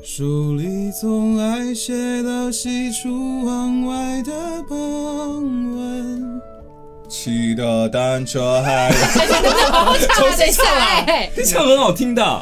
Speaker 5: 书里总爱写到喜出望外的傍晚，
Speaker 4: 骑的单车还，
Speaker 1: 等一下，哎，
Speaker 2: 你唱很好听的，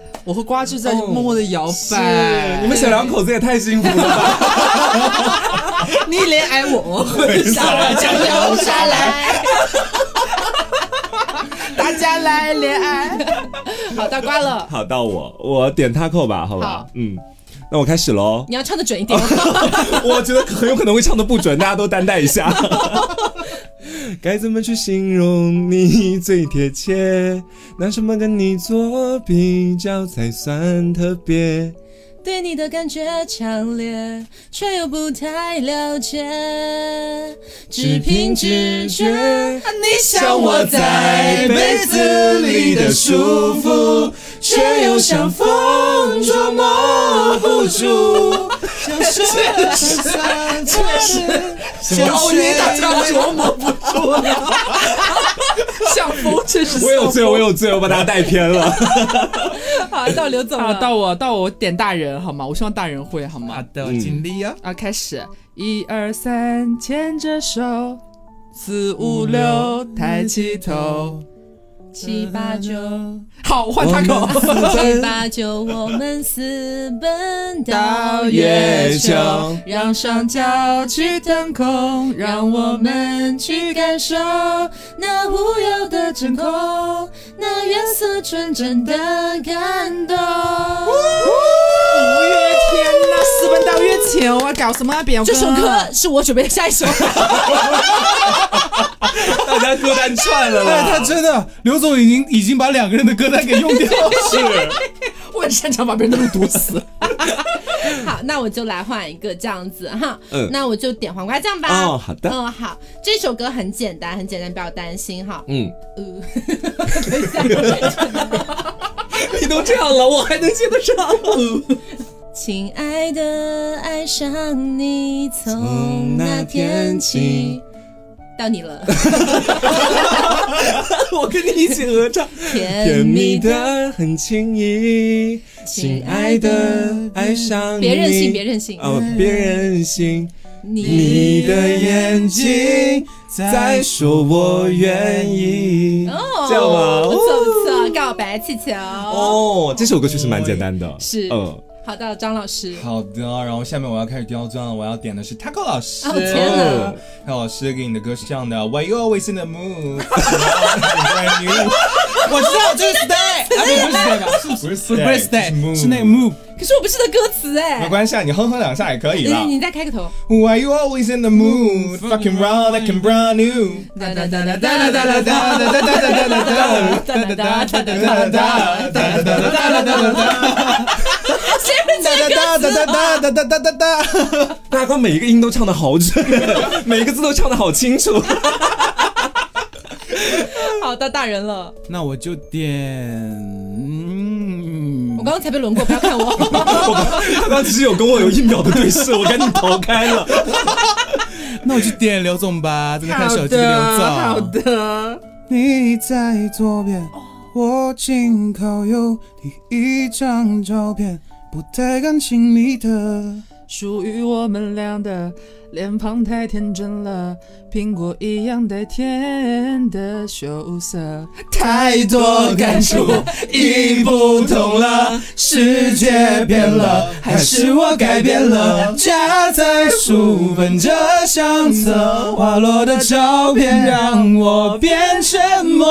Speaker 3: 我和瓜就在默默的摇摆。
Speaker 2: 你们小两口子也太幸福了吧！
Speaker 3: 你连爱我 会
Speaker 1: 大家留下来。
Speaker 3: 大家来恋爱。
Speaker 1: 好，到瓜了，
Speaker 2: 好，到我，我点 taco 吧，好吧
Speaker 1: 好，
Speaker 2: 嗯，那我开始喽。
Speaker 1: 你要唱的准一点。
Speaker 2: 我觉得很有可能会唱的不准，大家都担待一 下。该怎么去形容你最贴切？拿什么跟你做比较才算特别？
Speaker 1: 对你的感觉强烈，却又不太了解，只凭直觉。
Speaker 3: 你
Speaker 2: 像
Speaker 3: 想
Speaker 2: 我
Speaker 3: 我
Speaker 2: 在
Speaker 3: 在
Speaker 2: 被
Speaker 3: 被
Speaker 2: 子
Speaker 3: 子
Speaker 2: 里
Speaker 3: 里
Speaker 2: 的
Speaker 3: 的
Speaker 2: 舒
Speaker 3: 舒
Speaker 2: 服
Speaker 3: 服，
Speaker 4: 却又像风捉摸不住，像水在三千里，像水
Speaker 5: 琢磨不住了，
Speaker 3: 像风确实像风，
Speaker 2: 我有罪，我有罪，我把大家带偏了。
Speaker 1: 好，到刘总
Speaker 3: 啊，
Speaker 1: 了，
Speaker 3: 到我到我点大人好吗？我希望大人会好
Speaker 5: 好
Speaker 3: 吗？
Speaker 5: 的，尽力啊。
Speaker 3: 啊，开始，一二三，牵着手，四五六，抬起头。
Speaker 1: 七八九，
Speaker 3: 好，换他口。
Speaker 1: 七八九，我们私奔到
Speaker 3: 到
Speaker 1: 月
Speaker 3: 月
Speaker 1: 球
Speaker 2: 球，
Speaker 1: 让
Speaker 3: 让
Speaker 1: 双
Speaker 3: 双
Speaker 1: 脚
Speaker 3: 脚去腾空，
Speaker 1: 让
Speaker 3: 让
Speaker 1: 我
Speaker 3: 我
Speaker 1: 们
Speaker 3: 们
Speaker 1: 去
Speaker 3: 去
Speaker 1: 感
Speaker 3: 感
Speaker 1: 受
Speaker 3: 受
Speaker 1: 那无忧的真空，那月色纯真的感动。
Speaker 3: 天哪，私奔到月球啊！搞什么啊，表哥？
Speaker 1: 这首歌是我准备的下一首，
Speaker 2: 大家歌单串了啦，
Speaker 5: 但哎他真的，刘总已经已经把两个人的歌单给用掉了。
Speaker 3: 我很擅长把别人的路堵死。
Speaker 1: 好，那我就来换一个这样子哈。
Speaker 2: 嗯
Speaker 1: 那我就点黄瓜酱吧。
Speaker 2: 哦好的
Speaker 1: 嗯，好，这首歌很简单，很简单，不要担心哈。
Speaker 2: 嗯，
Speaker 1: 呃，
Speaker 2: 你都这样了，我还能接得上？
Speaker 1: 呃亲爱的，爱上你，从那天起。到你 了，
Speaker 2: 我跟你一起合唱，
Speaker 1: 甜
Speaker 2: 甜蜜
Speaker 1: 蜜的。
Speaker 2: 的很轻易，亲爱的，爱上你，
Speaker 1: 别任性，别任性，嗯
Speaker 2: 哦，别任性，
Speaker 1: 你
Speaker 2: 你的眼睛在说我愿。意，
Speaker 1: 哦，
Speaker 2: 这样吗？
Speaker 1: 不错不错，告白气球。
Speaker 2: 哦，这首歌确实蛮简单的，
Speaker 1: 是
Speaker 2: 嗯，
Speaker 1: 好的，张老师，
Speaker 5: 好的，然后下面我要开始刁钻了，我要点的是 Taco 老师。
Speaker 1: 哦天哪！
Speaker 5: Taco 老师给你的歌是这样的：Why you always in the mood？Brand new 我知道，就是 stay，啊不是 stay 吧？是不是 stay？
Speaker 2: 不
Speaker 5: 不
Speaker 2: 是
Speaker 5: 是
Speaker 2: stay，
Speaker 5: stay，
Speaker 2: 是
Speaker 5: 是
Speaker 2: 那
Speaker 5: 那
Speaker 2: 个
Speaker 5: 个 move。
Speaker 1: 可是我不记得歌词
Speaker 5: 没
Speaker 1: 哎。
Speaker 5: 关系，啊，你哼哼两下也可以
Speaker 1: 你
Speaker 5: 了。
Speaker 1: 你再开个头。
Speaker 5: Why you always in the mood? Fucking round, I can brand new.
Speaker 1: 哒哒哒哒
Speaker 5: 哒
Speaker 1: 哒
Speaker 5: 哒哒
Speaker 1: 哒哒
Speaker 5: 哒
Speaker 1: 哒
Speaker 5: 哒哒哒哒哒哒
Speaker 1: 哒
Speaker 5: 哒。
Speaker 1: 哒哒
Speaker 5: 哒哒哒哒哒哒哒哒哒
Speaker 1: 谁会这个？
Speaker 5: 哒哒哒哒哒哒哒。
Speaker 2: 大哥每一个音都唱的好准，每一个字都唱的好清楚。
Speaker 1: 好，到大人了。
Speaker 5: 那我就点，
Speaker 1: 我
Speaker 5: 嗯，
Speaker 1: 刚刚才被轮过，不要看我。
Speaker 2: 他刚其实有跟我有一秒的对视，我赶紧逃开了。
Speaker 5: 那我就点刘总吧，正在看手机的刘总。
Speaker 3: 好的，
Speaker 5: 你在左边，我进口有第一张照片，不太敢亲密的。
Speaker 3: 属于我们俩的脸庞太天真了，苹果一样带甜的羞涩，
Speaker 5: 太多感触已不同了，世界变了，还是我改变了？夹在书本这相册，滑落的照片让我变沉默。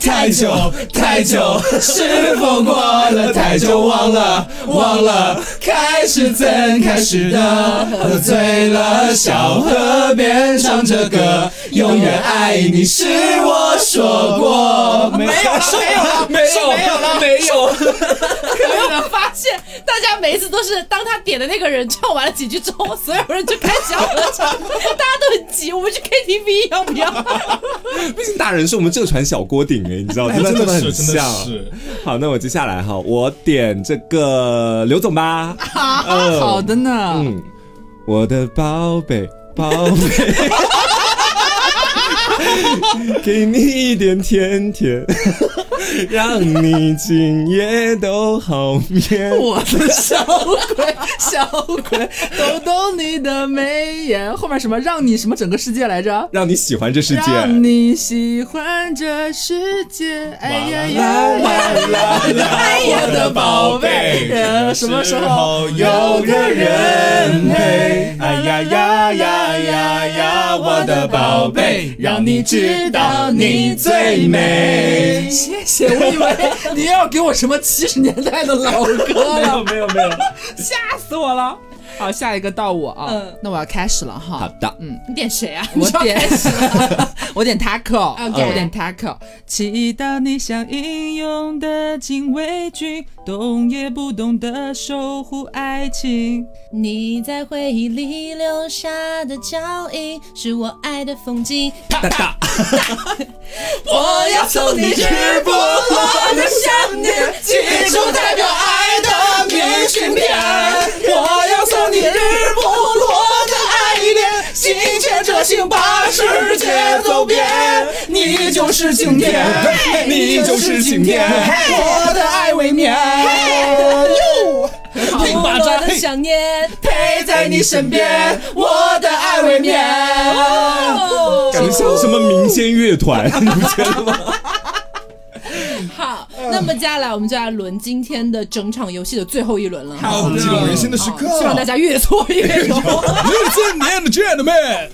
Speaker 5: 太久太久，是否过了太久？忘了忘了，开始怎开始的？喝醉了，小河边唱着歌，永远爱你是我说过。没有说没有了，没 有没有了，没有。
Speaker 1: 有没有发现，大家每一次都是当他点的那个人唱完了几句之后，所有人就开始合唱，大家都很急。我们去 KTV 要不要？
Speaker 2: 毕竟大人是我们浙传小锅顶哎，你知道，就真的很像。好，那我接下来哈，我点这个刘总吧。
Speaker 5: 哦
Speaker 2: 嗯
Speaker 3: 好的呢。
Speaker 2: 嗯，我的宝贝，宝贝，给你一点甜甜，让你今夜都好眠。
Speaker 3: 我的小鬼，小鬼，抖抖你的眉眼。后面什么让你什么整个世界来着？
Speaker 2: 让你喜欢这世界。
Speaker 3: 让你喜欢这世界。哎呀呀哎呀！
Speaker 2: 啦啦，
Speaker 3: 我的宝贝呃什么时候
Speaker 2: 有个人陪？
Speaker 5: 哎呀呀呀呀呀，我的宝贝，让你知道你最美。
Speaker 3: 谢谢，我以为你要给我什么七十年代的老歌了，
Speaker 2: 没有没有，
Speaker 3: 吓死我了。好，下一个到我啊，
Speaker 1: 嗯
Speaker 3: 那我要开始了哈。
Speaker 2: 好的，
Speaker 1: 你点谁啊？
Speaker 3: 我点， 我点 taco，
Speaker 1: OK
Speaker 3: 我点 taco。祈祷你像英勇的警卫军，懂也不懂得守护爱情。
Speaker 1: 你在回忆里留下的脚印，是我爱的风景。
Speaker 2: 哒 哒，
Speaker 3: 我要送你直不落的想念，寄出代表爱的明信片。我要送你日不落的爱恋，心牵着心把世界走遍。你就是今天，你就是今天，我的爱未眠。
Speaker 1: 好
Speaker 5: 把
Speaker 1: 我
Speaker 5: 扎
Speaker 1: 的想念，
Speaker 3: 陪在你身边，我的爱未眠。
Speaker 1: 哦
Speaker 2: 感觉像什么民间乐 团，你不觉得吗？
Speaker 1: 好，那么接下来我们就来轮今天的整场游戏的最后一轮了。
Speaker 2: 好，我们进入人生的时刻，
Speaker 1: 希望大家越挫越 勇。
Speaker 2: Ladies and gentlemen，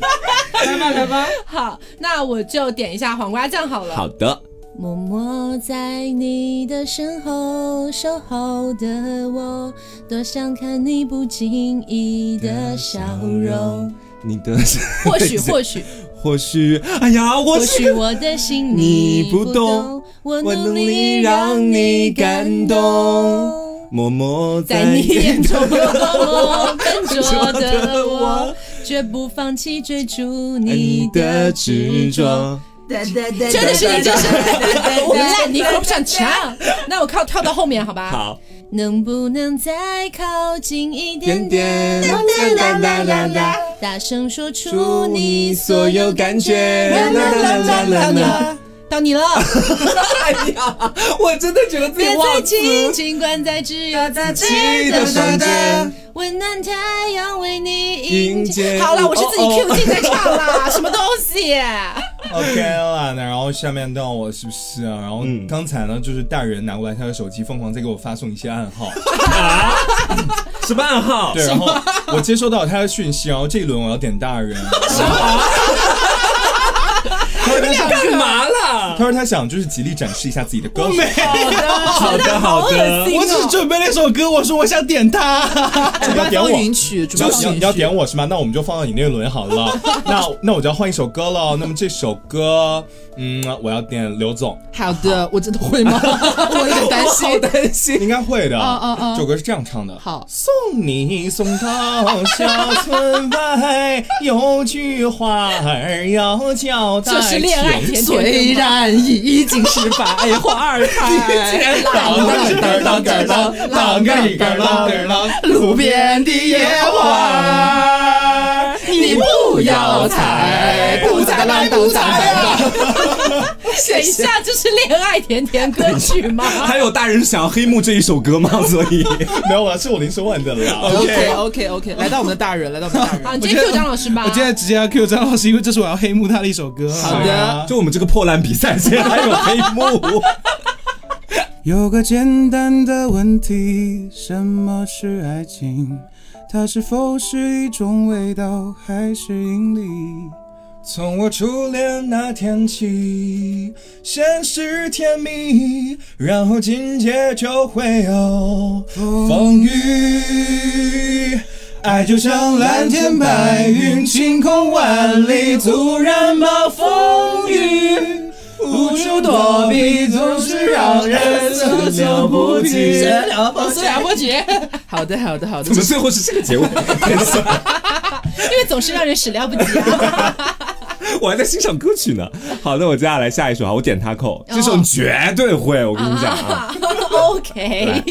Speaker 1: 好，那我就点一下黄瓜酱好了。
Speaker 2: 好的，
Speaker 1: 默默在你的身后守候的我，多想看你不经意的笑容。
Speaker 2: 你的
Speaker 1: 或许，或 许，
Speaker 2: 或许，哎呀，我
Speaker 1: 或许我的心
Speaker 2: 你不
Speaker 1: 不
Speaker 2: 懂，
Speaker 1: 我
Speaker 2: 我
Speaker 1: 努
Speaker 2: 努
Speaker 1: 力
Speaker 2: 力
Speaker 1: 让
Speaker 2: 让
Speaker 1: 你
Speaker 2: 你
Speaker 1: 感
Speaker 2: 感
Speaker 1: 动
Speaker 2: 动。默默
Speaker 1: 在你眼中的我，笨 拙的我，绝不放弃追逐你的执着。。真的是你，真是你 我烂泥扶不上墙。那我靠跳到后面好吧？
Speaker 2: 好，
Speaker 1: 能不能再靠近一点
Speaker 2: 点
Speaker 1: 点
Speaker 2: 点？
Speaker 1: 啦啦啦啦啦，大声说出你所有感觉。
Speaker 2: 啦啦啦啦啦啦
Speaker 1: 到你了，
Speaker 4: 我真的觉得自
Speaker 1: 别再近，尽管在只有自己的房间，温暖太阳为你迎
Speaker 2: 迎
Speaker 1: 接。
Speaker 2: 接
Speaker 1: 好了，我是自己
Speaker 2: 哦哦
Speaker 1: Q 进在唱啦，什么东西？
Speaker 4: OK 了，那然后下面到我是不是啊？然后
Speaker 2: 嗯
Speaker 4: 刚才呢，就是大人拿过来他的手机，疯狂在给我发送一些暗号。
Speaker 2: 什么暗号？
Speaker 4: 对，然后我接收到他的讯息，然后这一轮我要点大人。
Speaker 2: 干嘛啦？
Speaker 4: 他说他想就是极力展示一下自己的歌喉。
Speaker 2: 好的，好的，
Speaker 5: 我只是准备了一首歌，我说我想点它。
Speaker 4: 你要点
Speaker 3: 官
Speaker 4: 我
Speaker 3: 方。允许，主
Speaker 4: 你要
Speaker 3: 办
Speaker 4: 你要
Speaker 3: 方
Speaker 4: 你
Speaker 3: 允
Speaker 4: 要
Speaker 3: 许。
Speaker 4: 点我是吗？那我们就放到你那轮好了。那那我就要换一首歌了。那么这首歌，嗯，我要点刘总，
Speaker 3: 好的，我真的会吗？我有点担心，好担心。
Speaker 4: 应该会的。
Speaker 3: 哦哦哦
Speaker 4: 这首歌是这样唱的：
Speaker 3: 好
Speaker 4: 送你送到小村外，有句话儿要交代。
Speaker 1: 就是恋爱甜
Speaker 3: 虽
Speaker 1: 甜的。
Speaker 3: 然已经是白花儿开，
Speaker 4: 当当当当当当当当当当，
Speaker 3: 路边的野花儿，你不要采，不采来不采啊。
Speaker 1: 等一下，这是恋爱甜甜歌曲吗？
Speaker 2: 还有大人想要黑幕这一首歌吗？所以
Speaker 4: 没有了，是我临时问的了。
Speaker 3: OK OK OK，来到我们的大人，来到我们的大人。
Speaker 1: 啊，你直接 Q 张老师吧。
Speaker 5: 我现在直接要 Q 张老师，因为这是我要黑幕他的一首歌。啊
Speaker 3: 好的，
Speaker 2: 就我们这个破烂比赛，竟然还有黑幕，
Speaker 5: 有个简单的问题：什么是爱情？它是否是一种味道，还是引力？
Speaker 4: 从我初恋那天起，先是甜蜜，然后紧接就会有风雨。爱就像蓝天白云，晴空万里，突然冒风雨。无处躲避，总是让人措手不 及。
Speaker 1: 我是梁伯爵，
Speaker 3: 好的好的好的
Speaker 2: 怎，么最后是这个结尾？
Speaker 1: 因为总是让人始料不及啊。
Speaker 2: 我还在欣赏歌曲呢。好的，我接下来下一首，好，我点他扣，这首你绝对会，我跟你讲 啊。
Speaker 1: OK，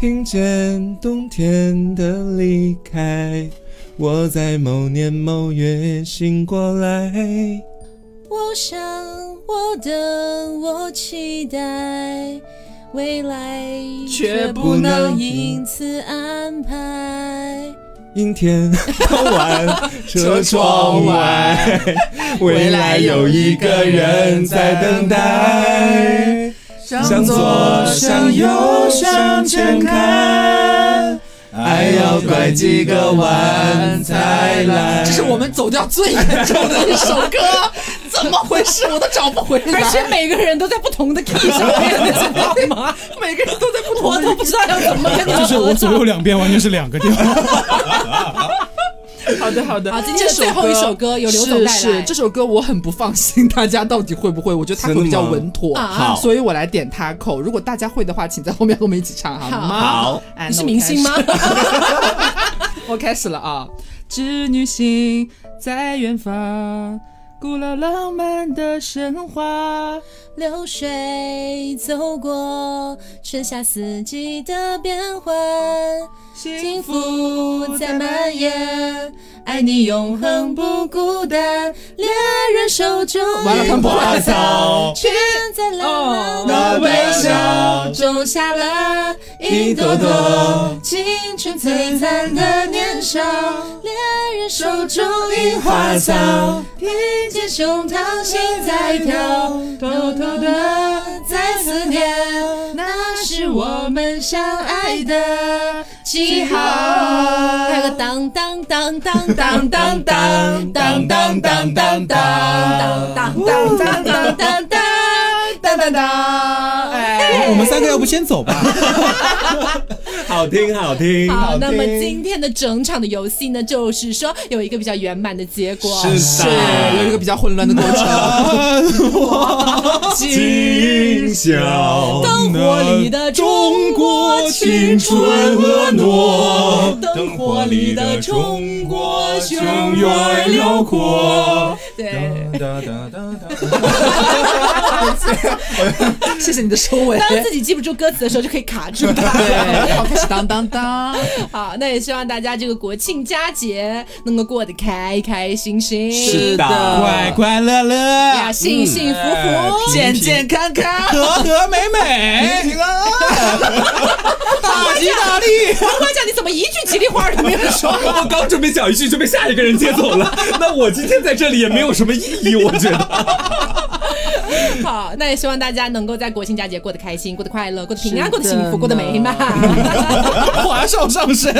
Speaker 4: 听见冬天的离开，我在某年某月醒过来。
Speaker 1: 我想，我等，我期待。未来
Speaker 3: 却
Speaker 1: 不
Speaker 3: 不
Speaker 1: 能
Speaker 3: 能
Speaker 1: 因此安排。
Speaker 2: 阴天傍晚，车窗外，未来有一个人在等待。
Speaker 3: 向
Speaker 2: 向左，向右，向前看，
Speaker 4: 爱要拐几个弯才来。
Speaker 3: 这是我们走掉最严重的一首歌，怎么回事？我都找不回来，
Speaker 1: 而且每个人都在不同的 key 上面， 你知道吗？
Speaker 3: 每个人都在不同
Speaker 1: 我都不知道要怎么跟你们
Speaker 5: 就是
Speaker 1: 合
Speaker 5: 我
Speaker 1: 作
Speaker 5: 左右两边完全是两个调。
Speaker 3: 好的，好的。
Speaker 1: 好今天的最后一首歌由刘总带来
Speaker 3: 是是这首歌我很不放心，大家到底会不会？我觉得他口比较稳妥，
Speaker 1: 真的吗啊
Speaker 2: 好
Speaker 3: 所以我来点他口。如果大家会的话，请在后面和我们一起唱好吗？
Speaker 2: 好
Speaker 3: 哎
Speaker 1: 你是明星？吗？
Speaker 3: 那我开始我开始了啊！织女星在远方，古老浪漫的神话。
Speaker 1: 流水走过春夏四季的变换，
Speaker 3: 幸
Speaker 1: 幸
Speaker 3: 福
Speaker 1: 福
Speaker 3: 在
Speaker 1: 在
Speaker 3: 蔓
Speaker 1: 蔓
Speaker 3: 延。
Speaker 1: 延，爱你永恒不孤单，恋人手中
Speaker 3: 完了他们不
Speaker 2: 花草
Speaker 1: 全在浪漫
Speaker 2: 那
Speaker 1: 的
Speaker 2: 微笑
Speaker 1: 种下了一朵朵青春璀璨的年少，恋人手中樱花草，披肩胸膛心在跳，偷偷的在思念，那是我们相爱的记号。还有个当当当当当当当当当当当当当当当当当当当。
Speaker 3: 当当当！哎，
Speaker 5: 我我们三个要不先走吧？
Speaker 2: 好听好听，
Speaker 1: 好，那么
Speaker 2: 听
Speaker 1: 今天的整场的游戏呢，就是说有一个比较圆满的结果。
Speaker 2: 是
Speaker 3: 是有一个比较混乱的过程。
Speaker 2: 今宵
Speaker 1: 灯火里的中国青春婀娜，灯火里的中国汹涌辽阔。对，
Speaker 3: 谢谢你的收尾。
Speaker 1: 当自己记不住歌词的时候，就可以卡住
Speaker 3: 对，
Speaker 1: 它。
Speaker 3: 好，开始当当当。
Speaker 1: 好，那也希望大家这个国庆佳节能够过得开开心心，哎
Speaker 2: 是的嗯
Speaker 5: 快快乐 乐，
Speaker 1: 呀，幸幸福福，
Speaker 3: 健健康康。
Speaker 5: 和和美美，
Speaker 4: 平安
Speaker 5: 大吉大利。
Speaker 1: 黄瓜酱，你怎么一句吉利话都没有说？
Speaker 2: 我刚准备讲一句就被下一个人接走 了，那我今天在这里也没有什么意义，我觉得。
Speaker 1: 好，那也希望大家能够在国庆佳节过得开心，过得快乐，过得平安，
Speaker 3: 是
Speaker 1: 过得幸福，过得美 满。
Speaker 5: 华少上身。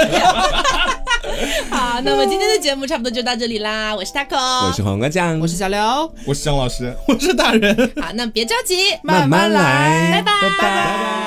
Speaker 1: 好，那么今天的节目差不多就到这里啦。我是 taco，
Speaker 2: 我是黄瓜酱，
Speaker 3: 我是小刘，
Speaker 4: 我是张老师。
Speaker 5: 我是大人。
Speaker 1: 好，那别着急，
Speaker 2: 慢慢来
Speaker 1: 拜拜
Speaker 2: 拜拜。